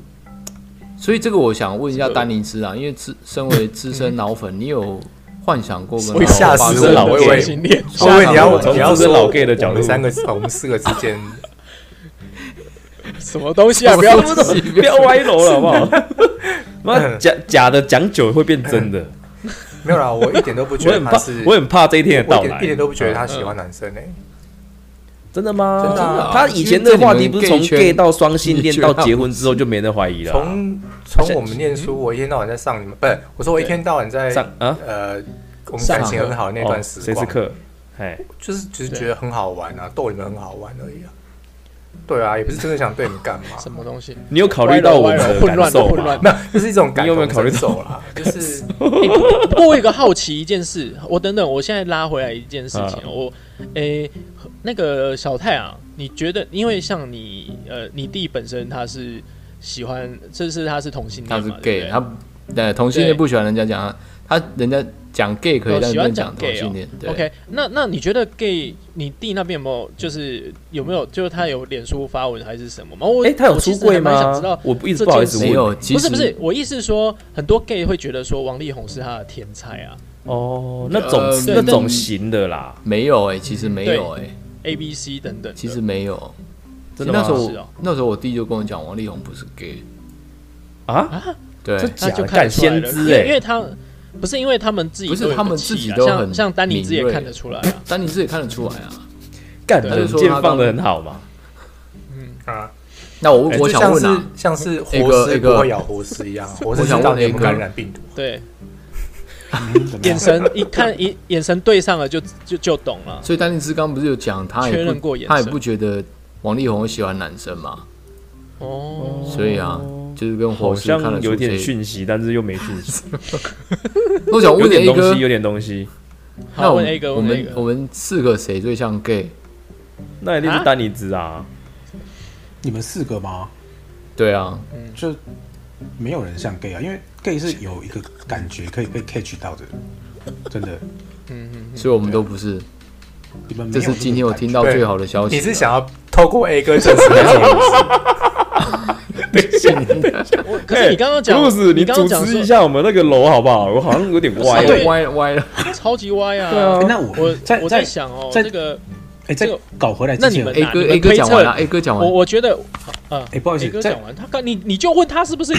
S3: 所以这个我想问一下
S2: 这个
S3: 丹尼斯啊，因为资身为资深脑粉，你有幻想过
S4: *laughs*
S3: 跟
S5: 我吓
S3: 发
S5: 死
S3: 生
S5: 我
S4: 老
S5: 了，我以
S4: 我
S5: 为
S2: 同性恋，
S5: 我以为你要
S4: 从
S5: 你要
S4: 资深
S5: 说
S4: 老 gay 的角
S5: 我们
S4: 度
S5: 三个我们四个之间，
S2: 什么东西啊？不要
S3: 什么东西
S4: *laughs* 不要歪楼了，好不好？妈假假的讲久会变真的，
S5: 没有啦，我一点都不觉
S4: 我
S5: 得
S4: 很
S5: 他
S4: 怕
S5: 是，，
S4: 我很怕这一天的
S5: 我
S4: 到
S5: 一
S4: 来
S5: 点一。点都不觉得他喜欢男生哎呢。
S4: 真的吗？
S5: 真的啊
S4: 他以前的话题不是从
S3: 因为这里
S4: gay
S3: 面
S4: 到双性恋
S3: 圈
S4: 到结婚之后就没人怀疑了啊。
S5: 从从我们念书，我一天到晚在上你们，不是我说我一天到晚在
S4: 上啊
S5: 呃，我们
S2: 上
S5: 感情很好的那段
S4: 哦
S5: 时
S4: 谁是
S5: 光，
S4: 客？哎，
S5: 就是只是觉得很好玩啊，逗你们很好玩而已啊。对啊，也不是真的想对你们干嘛，
S2: 什么东西？
S4: 你有考虑到我们的
S2: 混
S4: 感
S2: 乱的
S4: 受
S2: 混
S4: 吗
S2: 乱？
S5: 没有，就是一种感
S4: 你有没有考虑到
S5: 走啦？就是
S2: 欸不不过我有一个好奇一件事，我等等，我现在拉回来一件事情，
S4: 啊
S2: 我诶、那个小泰啊，你觉得，因为像你呃，你弟本身他是喜欢，这是他是同性
S3: 他
S2: 恋
S3: 是
S2: 嘛，对
S3: gay，
S2: 不对
S3: 他对同性
S2: 对
S3: 恋不喜欢人家讲他，他人家讲 gay 可以，
S2: 哦
S3: 但是
S2: 喜
S3: 不
S2: 欢
S3: 能
S2: 讲
S3: 同
S2: gay
S3: 性恋
S2: 哦。。
S3: 对
S2: OK，那那你觉得 gay 你弟那边有没有就是有没有就是他有脸书发文还是什么吗？我
S4: 哎，他有
S2: 我其
S4: 出
S2: 实
S4: 柜
S2: 还蛮想知
S4: 吗
S2: 道？
S4: 我不一直
S2: 这
S4: 不好意
S2: 件
S4: 思
S2: 事
S3: 没
S4: 问
S3: 有，其
S2: 不
S3: 实
S2: 是不是，我意思是说，很多 gay 会觉得说王力宏是他的天才啊
S4: 哦，那种
S3: 呃
S4: 那
S2: 对
S4: 种
S3: 但
S4: 型的啦，
S3: 没有哎，其实没有哎，
S2: ，A B C 等等的。
S3: 其实没有。
S4: 真的
S3: 其
S4: 吗
S3: 实那时候
S2: 是哦
S3: 我那时候我弟就跟我讲，王力宏不是 gay。
S4: 啊，
S3: 对，
S4: 这
S2: 他
S4: 假
S2: 就
S4: 的干
S2: 看得出来
S4: 先
S2: 了
S4: 知
S2: 因为因
S4: 哎
S2: 为，他不是因为他们自己
S3: 不是
S2: 都有
S3: 他们
S2: 个气
S3: 自己
S2: 啊
S3: 都
S2: 像
S3: 很
S2: 像丹尼自己也
S3: 敏锐
S2: 看得出来啊，
S3: 丹尼斯也看得出来啊。
S4: 干
S2: 对
S4: 人间
S3: 他就说他
S4: 放
S3: 刚
S4: 的很好嘛。
S5: 啊，
S3: 那我
S4: 哎
S3: 我
S5: 就
S3: 想
S5: 像
S3: 问
S5: 是
S3: 啊，
S5: 像是
S3: 一
S5: 活
S3: 个
S5: 尸
S3: 一
S5: 不
S3: 个
S5: 会咬活尸一样，啊活尸知道你有没有感染病毒。
S2: 对，
S1: 嗯怎么样
S2: 眼神一看一眼神对上了就就就懂了，
S3: 所以丹尼斯刚不是有讲，他
S2: 确
S3: 也
S2: 认
S3: 不
S2: 过眼
S3: 他也
S2: 神
S3: 不觉得王力宏会喜欢男生嘛，
S2: 哦，
S3: 所以啊，就是跟
S4: 好
S3: 火狮看得
S4: 像
S3: 出
S4: 有
S3: 这
S4: 点
S3: 一
S4: 讯息，但是又没讯息，
S3: 我想
S4: 有
S3: 问
S4: 点
S3: A
S4: 东
S3: 哥
S4: 西，，有点东西，
S3: 那
S2: 好
S3: 我
S2: 问
S3: 们
S2: A 哥，
S3: 我
S2: 问 A
S3: 们我
S2: 哥，
S3: 们四个谁最像 gay？
S4: 那一定
S2: 啊
S4: 是丹尼兹啊，
S1: 你们四个吗？
S3: 对啊，
S1: 就没有人像 gay 啊，因为 gay 是有一个感觉可以被 catch 到的，真的。
S3: 所以我们都不是。
S1: 你们没
S3: 这
S1: 有
S3: 是
S1: 个
S3: 今天我
S1: 感觉
S3: 听到
S5: 对
S3: 最好的消息了。啊
S5: 你是想要透过 A 哥证实那些东西？
S2: 我可是你刚刚讲
S4: 露哎子，，
S2: 你刚刚
S4: 主
S2: 讲
S4: 持一
S2: 说
S4: 下我们那个楼好不好？我好像有点歪
S3: 歪
S4: *laughs* 了。
S2: 对
S3: 歪歪了？
S2: 超级歪啊，
S4: 对啊
S1: 哎那我
S2: 我
S1: 在
S2: 我在
S1: 在
S2: 想哦，
S1: 在
S2: 这个
S1: 哎在
S2: 这个
S1: 搞回来之
S2: 那你
S1: 前，
S2: 们
S1: 哎
S3: A 哥
S2: 你
S3: A
S2: 们
S3: 哥
S2: 推测
S3: 讲完了，A 哥讲
S2: 我
S3: 完了，
S2: 我觉得，呃
S1: 哎不好意
S2: ，A 哥
S1: 思，在
S2: 讲完，他刚你你就问他是不 *coughs* 是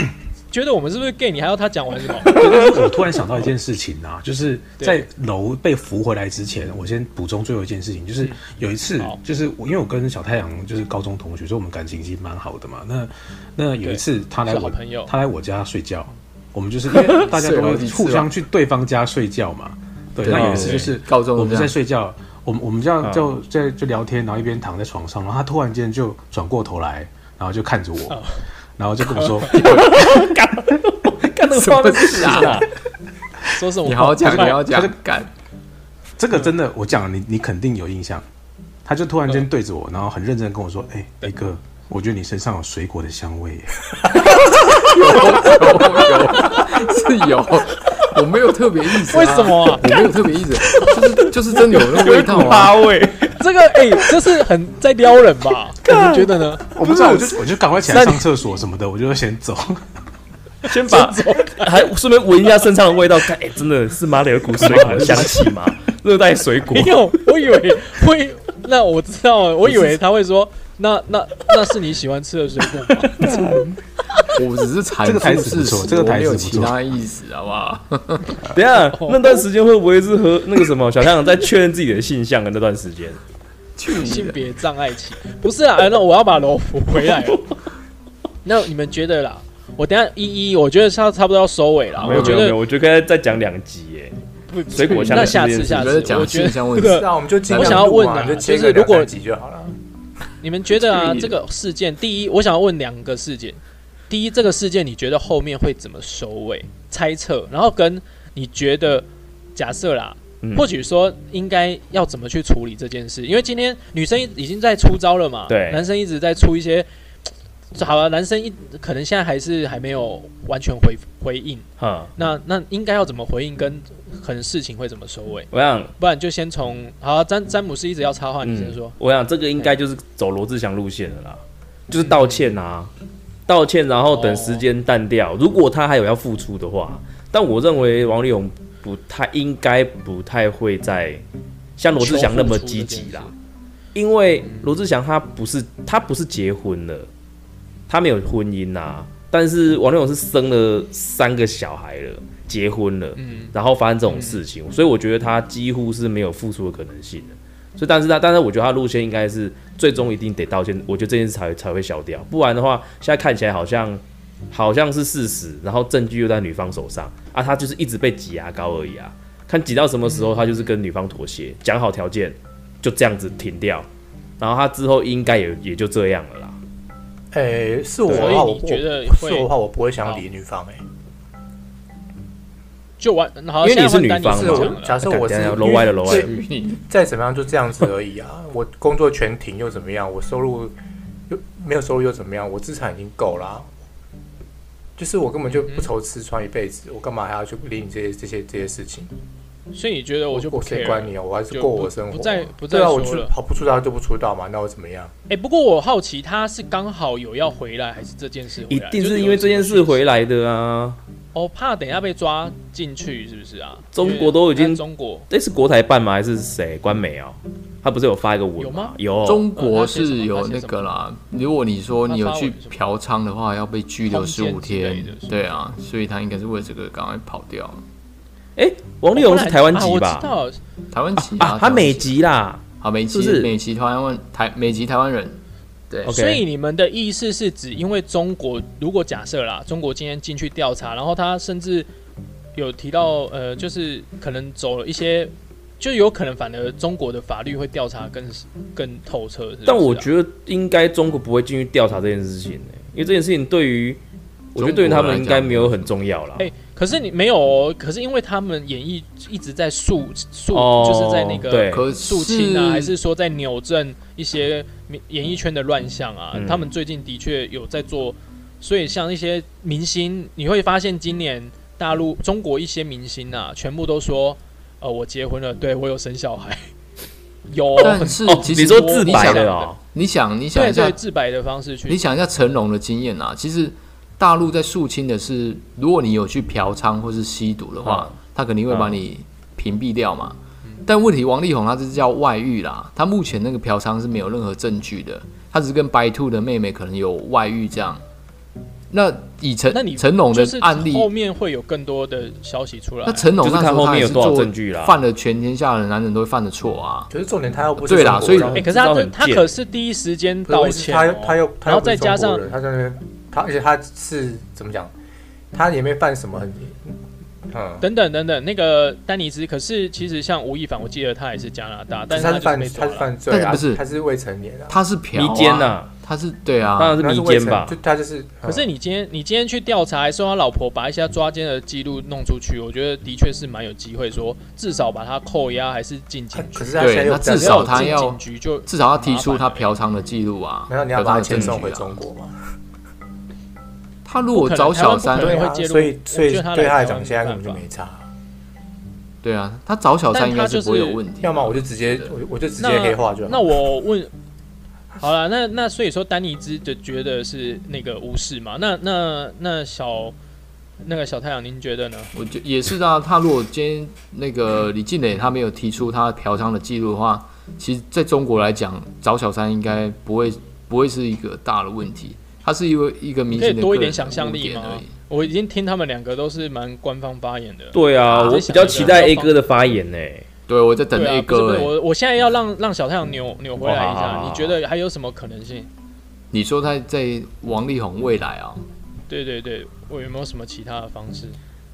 S2: 觉得我们是不是 gay，你还要他讲完什么？
S1: 我突然想到一件事情啊，就是在楼被扶回来之前，我先补充最后一件事情，
S3: 嗯
S1: 就是有一次
S2: 好，
S1: 就是我因为我跟小太阳就是高中同学，所以我们感情已经蛮好的嘛。那
S3: 嗯
S1: 那有一次他来
S2: 是好
S1: 我
S2: 朋友
S1: 他来我家睡觉，我们
S3: *laughs*
S1: 就是因为大家都
S3: 睡
S1: 会
S3: 好几次
S1: 互
S3: 吧
S1: 相去对方家睡觉嘛。对，
S3: 对
S1: 那有一次就是
S3: 对高中
S1: 我们
S3: 这样
S1: 在睡觉，我们我们这样
S4: 嗯
S1: 就在就聊天，然后一边躺在床上，然后他突然间就转过头来，然后就看着
S3: 嗯
S1: 我，然后就跟我说。
S4: 干那个画面是 *laughs* 啊，
S2: 说什么？
S3: 你好好讲，你好好
S1: 他
S3: 讲
S1: 就，
S3: 干
S1: 这个
S2: 嗯
S1: 真的，我讲了你你肯定有印象。他就突然间对着我，然后很认真地跟我说：“
S2: 嗯
S1: 哎、雷哥，我觉得你身上有水果的香 *laughs* 味耶。
S3: 有有是有，我没有特别意思啊，
S2: 为什么啊
S3: 我没有特别意思，就是就是真的有那个味道啊。
S4: 八位，
S2: 这个哎、这是很在撩人吧？你们觉得呢？”
S1: 我不知道，我就我就赶快起来上厕所什么的，我就先走。
S4: *laughs* 先把 *laughs* 还顺便闻一下身上的味道，看，哎，真的是妈的有股水 *laughs* 果的香气吗？热带水果 *laughs*
S2: 没，有，我以为会。那我知道了，我以为他会说，那那那是你喜欢吃的水果吗？
S3: 我只是阐
S1: 这个台
S3: 述
S1: 词不
S3: 事
S1: 错
S3: 实，
S1: 这个
S3: 我
S1: 台
S3: 没
S1: 词
S3: 有
S1: 不
S3: 其
S1: 错
S3: 他意思，好不好？
S4: 等一下那段时间会不会是和那个什么小太阳在确认自己的性向的那段时间？
S3: 去你
S2: 性
S3: 的！
S2: 别障碍期不是啊？哎那我要把楼扶回来了。那你们觉得啦？我等一下一一，我觉得差差不多要收尾了。
S4: 没有没
S2: 我觉
S4: 有没有，
S2: 得
S4: 我觉得该再讲两集耶。
S2: 不不
S4: 水果香
S2: 那
S4: 的
S2: 下
S4: 这
S2: 次
S4: 件事
S2: 下
S3: 你
S2: 次
S3: 在，
S2: 我
S3: 讲
S2: 觉
S3: 性
S2: 得
S3: 向问
S2: 这
S3: 题
S2: 个
S5: 是啊，我们就尽量
S3: 我想
S2: 要
S5: 录啊
S2: 问啊
S5: 你就切
S2: 就是
S5: 个
S2: 如
S5: 两
S2: 果
S5: 三集就好了。
S2: *laughs* 你们觉
S4: *laughs*
S2: 得啊，
S3: 去
S2: 这个事件，第一，我想要问两个事件。第一，这个事件你觉得后面会怎么收尾？猜测，然后跟你觉得，假设啦，
S4: 嗯
S2: 或许说应该要怎么去处理这件事，因为今天女生已经在出招了嘛，
S4: 对
S2: 男生一直在出一些，好啊，男生一可能现在还是还没有完全回回应，
S4: 哈，
S2: 那那应该要怎么回应，跟可能事情会怎么收尾，
S4: 我想
S2: 不然就先从好、啊、詹詹姆斯一直要插话，你先说，
S4: 嗯我想这个应该就是走罗志祥路线的啦，就是道歉啊，道歉，然后
S2: 哦
S4: 等时间淡掉。如果他还有要付出的话，但我认为王力宏不太应该不太会再像罗志祥那么积极啦，因为罗志祥他不是他不是结婚了，他没有婚姻呐、但是王力宏是生了三个小孩了，结婚了，然后发生这种事情，所以我觉得他几乎是没有付出的可能性的。所以，但是他，但是我觉得他路线应该是最终一定得道歉，我觉得这件事才才会消掉，不然的话，现在看起来好像好像是事实，然后证据又在女方手上啊，他就是一直被挤牙膏而已啊，看挤到什么时候，他就是跟女方妥协，讲好条件，就这样子停掉，然后他之后应该也也就这样了啦。
S5: 哎，是我
S2: 所
S5: 的
S2: 以
S5: 话，
S2: 你
S5: 我
S2: 觉得
S5: 不是我
S2: 会
S5: 的话，我不会想要理女方哎。
S2: 就完，好，
S4: 因为你是
S2: 现在换丹
S4: 女方
S2: 斯
S4: 嘛
S2: 讲
S3: 啊
S5: 我
S2: 了
S5: 假设我是
S4: 等一下楼歪了楼歪了
S5: 最
S3: 与你
S5: 再怎么样就这样子而已啊。 *laughs* 我工作全停又怎么样？我收入又没有收入又怎么样？我资产已经够啦、就是我根本就不愁吃穿一辈子，我干嘛还要去理你这些这些这些事情？
S2: 所以你觉得我就不
S5: 我谁
S2: care
S5: 管你啊？我还是
S2: 就
S5: 过
S2: 不
S5: 我生活啊。
S2: 不再不再
S5: 对啊，我
S2: 说
S5: 出
S2: 了
S5: 好不出道就不出道嘛，那我怎么样？
S2: 哎、不过我好奇他是刚好有要回来，还是这件事回
S4: 一
S2: 来？
S4: 定
S2: 就是有
S4: 因为这件
S2: 什么
S4: 事
S2: 讯息
S4: 回来的啊！
S2: 哦，怕等一下被抓进去是不是啊？
S4: 中
S2: 因为
S4: 国都已经
S2: 在中国
S4: 这是国台办吗？还是谁？官媒哦、他不是有发一个文
S2: 有吗
S4: 有
S3: 中国是有那个啦，如果你说你有去嫖娼的话，要被拘留十五
S2: 通奸之类
S3: 天
S2: 的是不。是
S3: 对啊，所以他应该是为这个赶快跑掉。
S4: 哎、王力宏是台湾籍
S2: 啊
S4: 吧？
S2: 我知道，
S3: 台湾籍
S4: 啊，他美籍啦。
S3: 好美籍
S4: 是不是
S3: 美籍台湾台美籍台湾人，对
S4: OK
S2: 所以你们的意思是指，因为中国如果假设啦，中国今天进去调查，然后他甚至有提到呃，就是可能走了一些。就有可能，反而中国的法律会调查更更透彻。是不是啊
S4: 但我觉得应该中国不会进去调查这件事情、欸，因为这件事情对于我觉得对于他们应该没有很重要啦。
S2: 哎、可是你没有、哦，可是因为他们演艺一直在诉诉，
S4: 哦
S2: 就是在那个
S4: 对
S3: 可
S2: 肃清啊，还
S3: 是
S2: 是说在扭正一些民演艺圈的乱象啊？
S4: 嗯
S2: 他们最近的确有在做，所以像一些明星，你会发现今年大陆中国一些明星啊，全部都说，呃，我结婚了，对我有生小
S3: *laughs*
S2: 孩，有哦、
S3: 但是
S4: 哦，
S3: 其实
S4: 你说
S3: 我
S4: 自白的
S2: 我
S4: 哦、
S3: 你想你想
S2: 对
S3: 一下
S2: 对，自白的方式去
S3: 你想一下成龙的经验啊，其实大陆在肃清的是，如果你有去嫖娼或是吸毒的
S2: 啊
S3: 话，他肯定会把你屏蔽掉嘛。但问题，王力宏他这是叫外遇啦，他目前那个嫖娼是没有任何证据的，他只是跟白兔的妹妹可能有外遇这样。那以成
S2: 那你
S3: 成龙
S2: 就
S3: 的
S2: 是
S3: 案例，
S2: 后面啊会有更多的消息出来
S3: 那。成
S4: 就
S3: 龙
S4: 是
S3: 那时
S4: 看
S3: 候
S4: 后
S3: 他
S4: 面
S3: 也
S4: 有
S3: 是
S4: 多少
S3: 做
S4: 证据啦。
S3: 犯了全天下的男人都会犯的错啊。
S5: 可是重点他又不是
S3: 对啦
S5: 中国
S3: 所以
S5: 人
S2: 哎、可是他
S4: 知道
S2: 这
S4: 很
S2: 他
S4: 贱
S2: 可是第一时间道
S5: 不是
S2: 歉
S5: 他
S2: 哦、
S5: 又他又他
S2: 然
S5: 又
S2: 后
S5: 不
S2: 再
S5: 是中
S2: 加
S5: 国
S2: 上
S5: 人，他在那边他而且他是怎么讲？他也没犯什么很，嗯，
S2: 等等等等，那个丹尼斯，可是其实像吴亦凡，我记得他也是加拿大，但是
S5: 但是他
S2: 就是
S5: 犯
S2: 被抓
S5: 他
S2: 了
S5: 是犯罪啊，
S3: 但是不是
S5: 他是未成年啊，
S3: 他是嫖、啊，
S4: 迷奸呐、啊，
S3: 他是对啊，
S4: 当然
S5: 他
S4: 是
S5: 是
S4: 迷
S5: 未
S4: 奸
S5: 成
S4: 吧
S5: 就。他就是。
S2: 可是
S5: 嗯
S2: 你今天你今天去调查，还说他老婆把一些抓奸的记录弄出去，我觉得的确是蛮有机会说，至少把他扣押还是进警局
S5: 可。是他现在
S3: 对
S5: 又
S3: 那
S5: 不在
S3: 至
S2: 只
S3: 少
S2: 有
S3: 他
S2: 进
S3: 要
S2: 警局就
S3: 至少要提出
S2: 麻
S3: 他
S2: 烦
S3: 嫖娼的记录啊，
S5: 难道你
S3: 嫖
S5: 要
S3: 娼
S5: 把他
S3: 的证
S5: 遣
S3: 据
S5: 送回
S3: 啊
S5: 中国吗？
S3: 他如果找小三，
S2: 对
S5: 啊，
S2: 会介入
S5: 所以所以
S2: 我觉得他来
S5: 对他来
S2: 台
S5: 讲，
S2: 湾
S5: 现在
S2: 没
S5: 根本就
S2: 办法
S5: 没差。啊
S3: 对啊，他找小三应该不会有问题。
S5: 要么我就直接我我就直接
S2: 啊那
S5: 黑化就
S2: 那
S5: 好。
S2: 我问，好了，那那所以说丹尼兹就觉得是那个无视嘛？那那那小那个小太阳，您觉得呢？
S3: 我觉也是啊，他如果今天那个李静蕾他没有提出他嫖娼的记录的话，其实在中国来讲，找小三应该不会不会是一个大的问题。他是因为一个明
S2: 可以
S3: 星的
S2: 多一
S3: 个
S2: 点
S3: 人
S2: 想象
S3: 污
S2: 力
S3: 点而
S2: 吗
S3: 已。？
S2: 我已经听他们两个都是蛮官方发言的。
S4: 对啊，我比较期待 A 哥的发言呢、
S3: 对，我在等
S2: 对
S3: A
S2: 啊，不是不
S3: 哥、
S2: 是，
S3: 欸。
S2: 我我现在要让让小太阳扭扭回来一
S4: 哦好好
S2: 下，
S4: 好
S2: 你觉得还有什么可能性？
S3: 你说他在王力宏未来啊、
S2: 对对对，我有没有什么其他的方式？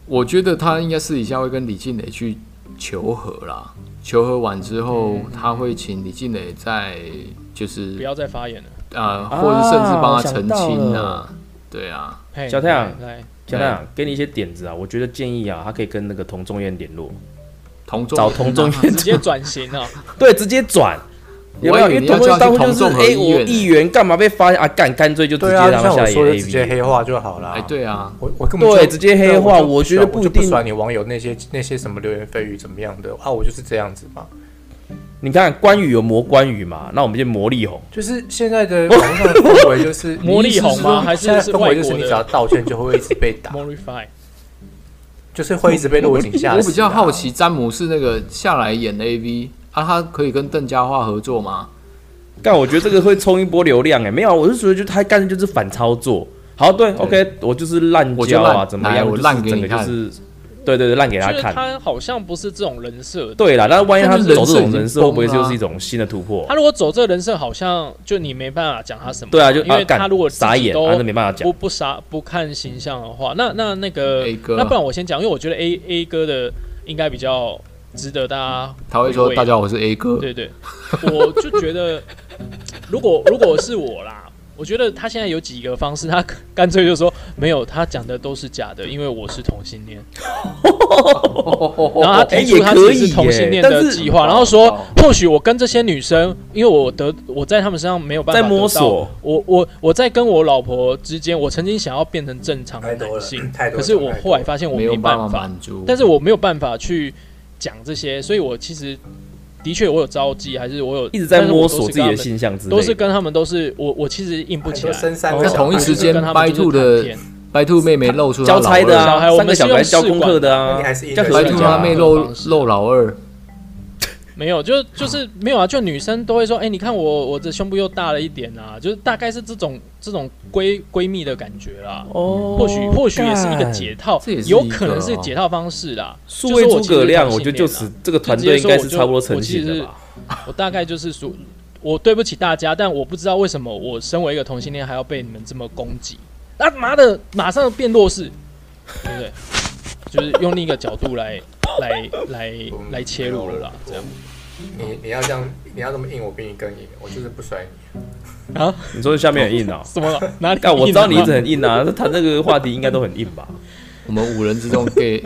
S3: 我觉得他应该私底下会跟李静蕾去求和啦。求和完之后，他会请李静蕾在就是
S2: 不要再发言了。
S3: 呃，或者甚至帮
S4: 我
S3: 他
S4: 想
S3: 澄
S4: 到
S3: 清啊
S4: 了。
S3: 对啊，
S2: 嘿
S4: 小太阳
S2: 来，来
S4: 啊小亮，给你一些点子啊，我觉得建议啊，他可以跟那个童仲彦联络。
S3: 同中
S4: 找同中
S3: 院
S4: 院
S2: 直接转型啊， *laughs*
S4: 对，直接转。有
S3: 我
S4: 没有？
S3: 以
S4: 因
S3: 为
S4: 为
S3: 你
S4: 同中
S3: 要叫
S4: 院大
S3: 他
S4: 部分
S3: 去同
S4: 就是
S3: 众合
S4: 哎，我
S3: 议
S4: 议员干嘛被发现啊？干，干脆就直接
S5: 对啊，
S4: 让
S5: 像
S4: 他下
S5: 我
S4: 演
S5: 说的直接
S4: AV。
S5: 黑化就好了。
S3: 哎，对啊，
S5: 我我根本就
S4: 对直接黑化
S5: 对啊我
S4: 我觉得
S5: 不
S4: 不一
S5: 就
S4: 定
S5: 不甩你网友那些那些什么流言蜚语怎么样的啊，我就是这样子嘛。
S4: 你看关羽有磨关羽嘛？那我们就磨力红。
S5: 就是现在的网络上的氛围就是
S2: *laughs* 魔力红吗？还是
S5: 现在
S2: 是
S5: 氛
S2: 外
S5: 围就是
S2: 国
S5: 你只
S2: 的
S5: 要道歉就会一直被
S2: *laughs*
S5: 打，
S2: Morify？
S5: 就是会一直被落井下石啊。
S3: 我比较好奇詹姆士那个下来演 AV 啊，他可以跟邓家华合作吗？
S4: 干，我觉得这个会冲一波流量哎、没有啊，我是觉得就他干的就是反操作。好，对 o k 我就是烂
S3: 我就
S4: 交啊，
S3: 烂
S4: 怎么
S3: 来
S4: 样？
S3: 我
S4: 就是
S3: 烂给
S4: 整
S3: 你
S4: 个就
S3: 看
S4: 是，对对对，烂给他
S2: 就是
S4: 看。
S2: 他好像不是这种人设的。
S4: 对啦，但万一他
S3: 但是人
S4: 走这
S3: 设已
S4: 种
S3: 经
S4: 人设，会不会
S3: 崩了啊
S4: 就是一种新的突破
S2: 他？如果走这个人设，好像就你没办法讲他什么。
S4: 对啊，就
S2: 因为
S4: 啊干
S2: 他如果自己
S4: 傻眼，
S2: 都
S4: 啊，那没办法讲
S2: 不。不杀不看形象的话，那那那个
S3: A 哥
S2: 那不然我先讲，因为我觉得 A A 哥的应该比较值得大家
S3: 他会
S2: 回
S3: 说：“
S2: 味
S3: 大家好，我是 A 哥。
S2: 对对，我就觉得，如果如果是我啦，我觉得他现在有几个方式，他干脆就说没有，他讲的都是假的，因为我是同性恋。然后他提出他自己是同性恋
S4: 哎也可以耶
S2: 的计划，
S3: 但是
S2: 然后说或许我跟这些女生，因为我得我在她们身上没有办法
S4: 在摸
S2: 得到
S4: 索，
S2: 我我我在跟我老婆之间，我曾经想要变成正常的
S5: 太多
S2: 男
S5: 了
S2: 性，
S5: 太多了
S2: 可是我后来发现我
S3: 没有办
S2: 办
S3: 法
S2: 法，
S3: 满足，
S2: 但是我没有办法去讲这些，所以我其实的确我有招妓，还是我有
S4: 一直在
S2: 但是
S4: 摸
S2: 我都是
S4: 索自
S2: 跟
S4: 己
S2: 他
S4: 的
S2: 们
S4: 性向之类的，
S2: 都是跟他们都是我我其实硬不
S5: 很
S2: 起
S5: 多
S2: 来。
S5: 深山
S2: 哦
S5: 的
S3: 在
S5: 小
S3: 同一时间
S2: 跟他们就是
S3: 白兔的
S2: 谈片
S3: 白兔妹妹露出她
S4: 交差的
S2: 小
S4: 啊
S2: 孩，我
S4: 三个小
S2: 们是用
S4: 孩交
S2: 试
S4: 功
S2: 管
S4: 课的啊
S5: 那你还是，
S4: 这样
S3: 老
S4: 很难
S3: 二，白兔
S4: 讲
S3: 她
S4: 啊
S3: 妹露露老二，
S2: 没有，就就是没有啊，就女生都会说，哎、你看我我的胸部又大了一点啊，就是大概是这种这种闺闺蜜的感觉啦。
S4: 哦
S2: 或许或许也是一个解套
S3: 这也，是
S2: 有
S3: 一
S2: 可
S3: 个
S2: 能是
S3: 哦
S2: 解套方式啦。
S4: 数位诸葛亮，
S2: 就
S4: 我
S2: 是
S4: 觉得
S2: 我其实是同性恋啊
S4: 就此这个团队应该是差不多成型的吧。
S2: 我大概就是说，我对不起大家，但我不知道为什么我身为一个同性恋还要被你们这么攻击。啊妈的，马上变弱势，对不对？就是用另一个角度来来来来切入了啦，这样
S5: 你你要这样，你要这么硬，我比你更硬，我就是不甩你。
S2: 啊？
S4: 你说下面很硬
S2: *laughs*
S4: 哦，
S2: 什么了？哪里硬啊？
S4: 干，我知道你一直很硬啊，那他那个话题应该都很硬吧？
S3: 我们五人之中 gay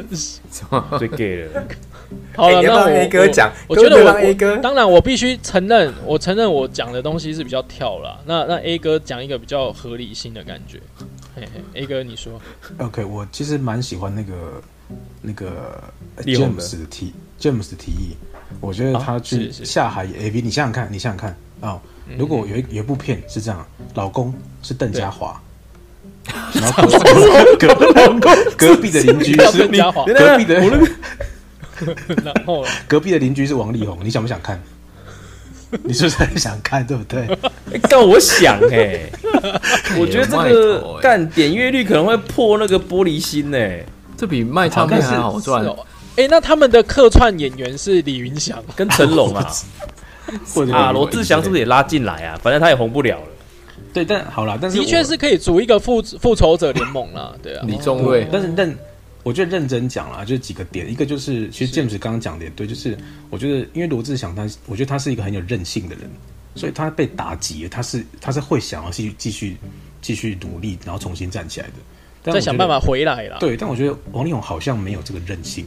S4: 最 gay 了， *laughs*
S2: 好了，
S5: 哎你要
S2: 那我
S5: 不要让 A 哥
S2: 我
S5: 讲
S2: 我
S5: 都
S2: 觉得
S5: 不
S2: 我
S5: 让 A 哥
S2: 我当然我必须承认，我承认我讲的东西是比较跳啦。那那 A 哥讲一个比较合理性的感觉。嘿嘿，A 哥你说
S1: *laughs*
S2: *laughs*
S1: OK，我其实蛮喜欢那个那个呃
S4: 力宏的
S1: James 的提 James 的提议，我觉得他去
S2: 啊是是嗯
S1: 下海演 AV，你想想看，你想想看啊、哦如果有一有一部片是这样，老公是邓家
S2: *laughs*
S1: 华，然后隔 *laughs* 隔隔壁的邻居
S2: 要
S1: 是
S2: 邓家华，
S1: 隔壁的 *laughs*
S2: 然后呢
S1: 隔壁的邻居是王力宏，你想不想 *laughs* 看？你是不是很想看，对不对？
S4: 哎干，我想哎，我觉得这
S3: 有卖头
S4: 个
S3: 哎
S4: 干点阅率可能会破那个玻璃心哎，
S3: *laughs* 这比卖唱片还好赚
S2: 是。哦。哎、那他们的客串演员是李云祥，
S4: 跟成龙啊
S1: 或者
S4: 啊，罗志祥是不是也拉进来啊？反正他也红不了了。
S1: *laughs* 对？但好啦，但是
S2: 的确
S1: 我
S2: 是可以组一个复复仇者联盟啦，对啊。
S3: 李宗瑞，
S1: 但是但我觉得认真讲啦，就几个点，一个就是其实 James 刚刚讲的也对，就是我觉得因为罗志祥他，我觉得他是一个很有韧性的人，所以他被打击了，他是他是会想要继续继续继续努力，然后重新站起来的。但
S2: 再
S1: 我觉
S2: 想
S1: 得
S2: 办法回来啦。
S1: 对，但我觉得王力宏好像没有这个韧性，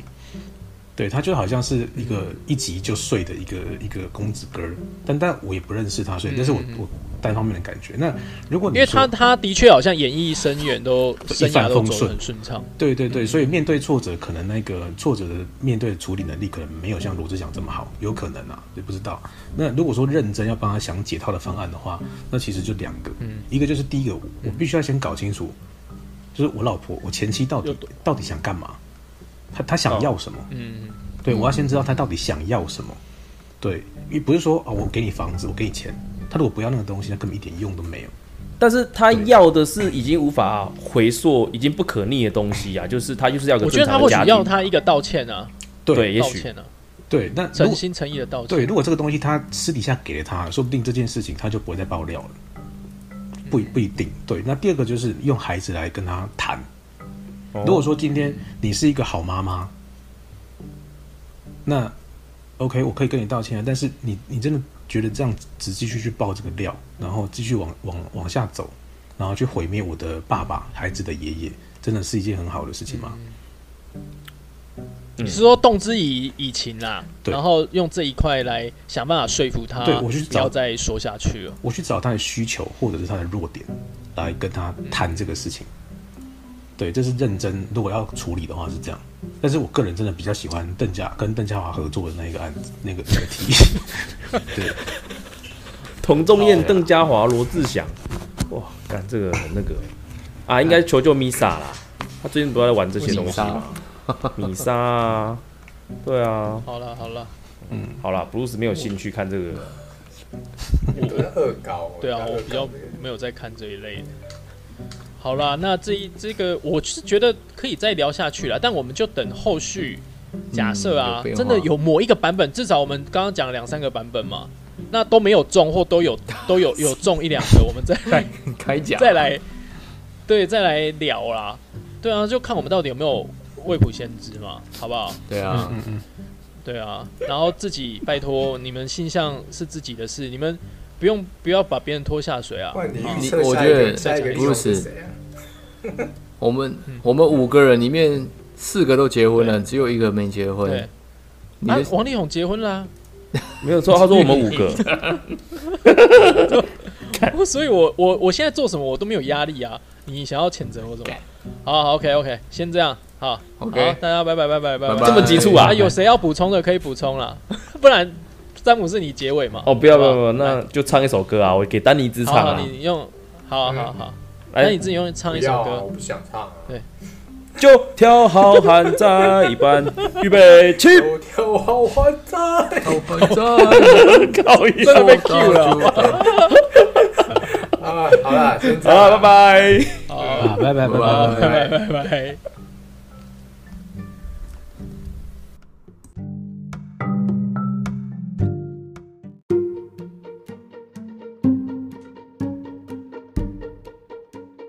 S1: 对他就好像是一
S2: 嗯
S1: 个一急就碎的一个一个公子哥儿，但但我也不认识他，所以这是我我单方面的感觉。那如果你
S2: 嗯因为
S1: 说
S2: 他他的确好像演艺生源都生涯都走得很顺畅，
S1: 对对对，所以面对挫折，可能那个挫折的面对的处理能力，可能没有像罗志祥这么好，有可能啊，也不知道。那如果说认真要帮他想解套的方案的话，那其实就两个，
S2: 嗯
S1: 一个就是第一个，我我必须要先搞清楚，就是我老婆，我前妻到底到底想干嘛，她她想要什么，
S2: 嗯，
S1: 对我要先知道她到底想要什么，对，也不是说啊、我给你房子，我给你钱，她如果不要那个东西，那根本一点用都没有。
S4: 但是他要的是已经无法回溯、已经不可逆的东西啊，就是他就是要个
S2: 我觉得
S4: 正
S2: 他
S4: 常
S2: 或
S4: 的
S2: 许
S4: 家
S2: 要
S4: 庭。
S2: 他一个道歉啊，
S4: 对，也
S2: 道
S4: 许
S2: 歉啊，
S1: 对，那如
S2: 诚
S1: 果
S2: 心诚意的道歉。
S1: 对，如果这个东西他私底下给了他，说不定这件事情他就不会再爆料了，
S2: 嗯
S1: 不一不一定。对，那第二个就是用孩子来跟他谈。
S2: 哦
S1: 如果说今天你是一个好妈妈，那 OK，我可以跟你道歉啊，但是你你真的觉得这样只继续去爆这个料，然后继续往往往下走，然后去毁灭我的爸爸、孩子的爷爷，真的是一件很好的事情吗？
S2: 你是说动之以以情啦，
S1: 对
S2: 然后用这一块来想办法说服他，
S1: 对我去
S2: 不
S1: 找
S2: 要再说下去了。
S1: 我去找他的需求或者是他的弱点，来跟他谈这个事情。对，这是认真。如果要处理的话是这样，但是我个人真的比较喜欢邓家跟邓家华合作的那一个案子，那个那个题。对，
S4: 童仲彦、邓家华、罗志祥，哇，干这个很那个啊，应该求救米莎啦。他最近不是在玩这些东西
S2: *laughs*
S4: 吗？米莎啊，对啊，
S2: 好了好了，
S4: 好啦 b r u c 没有兴趣看这个，
S5: 你都在恶搞。
S2: 对啊，
S5: 在恶
S2: 我
S5: 搞
S2: 比较
S5: 这个
S2: 没有在看这一类的。好啦，那这一这个我是觉得可以再聊下去了，但我们就等后续假设啊
S3: 嗯有，变化
S2: 真的有某一个版本，至少我们刚刚讲了两三个版本嘛，那都没有中或都
S3: *laughs*
S2: 有都有有中一两个，我们再来
S3: 开
S2: *laughs*
S3: 甲
S2: 再来，对，再来聊啦。对啊，就看我们到底有没有未卜先知嘛，好不好？
S3: 对啊，
S1: 嗯嗯，
S2: 对啊，然后自己拜托你们性向是自己的事，你们不用不要把别人拖下水啊。
S5: 不然你
S3: 你
S5: 预测
S3: 我
S5: 下
S3: 觉
S5: 一
S3: 得
S5: 个下一个英雄是
S3: Bruce
S5: 谁啊？
S3: 我们我们五个人里面四个都结婚了，只有一个没结婚
S2: 对。
S3: 你
S2: 啊
S3: 的，
S2: 王力宏结婚啊啦、
S4: 没有错。他说我们五个，
S2: 不过 *laughs* 所以我我我现在做什么我都没有压力啊。你想要谴责我什么？好好，OK OK，先这样，好
S3: OK
S2: 好，
S3: *laughs*
S2: 大家拜拜拜拜拜
S3: 拜
S2: 拜。
S3: 拜这么急促啊
S2: 有谁要补充的可以补充啦， *laughs* 不然詹姆是你结尾嘛？
S4: 哦，不要不要不要，
S2: 好吧
S4: 那就唱一首歌啊，我给丹尼之唱
S2: 好好，
S4: 啊，
S2: 你用，好好好，那你
S4: 来
S2: 自己用唱
S5: 不
S2: 一首
S5: 要啊！
S2: 歌
S5: 我。不想唱啊。 *laughs*
S4: 就挑好汉在一般，预备起，
S5: 我跳好欢在。
S4: 靠腰
S2: *laughs* 真的
S3: *laughs*
S2: 被 cue
S3: 了，
S5: 啊，好啦，先这
S4: 好
S5: 样
S4: 啦，拜拜。
S1: 啊，拜拜拜
S3: 拜拜
S1: 拜。
S2: *laughs* 拜拜拜拜。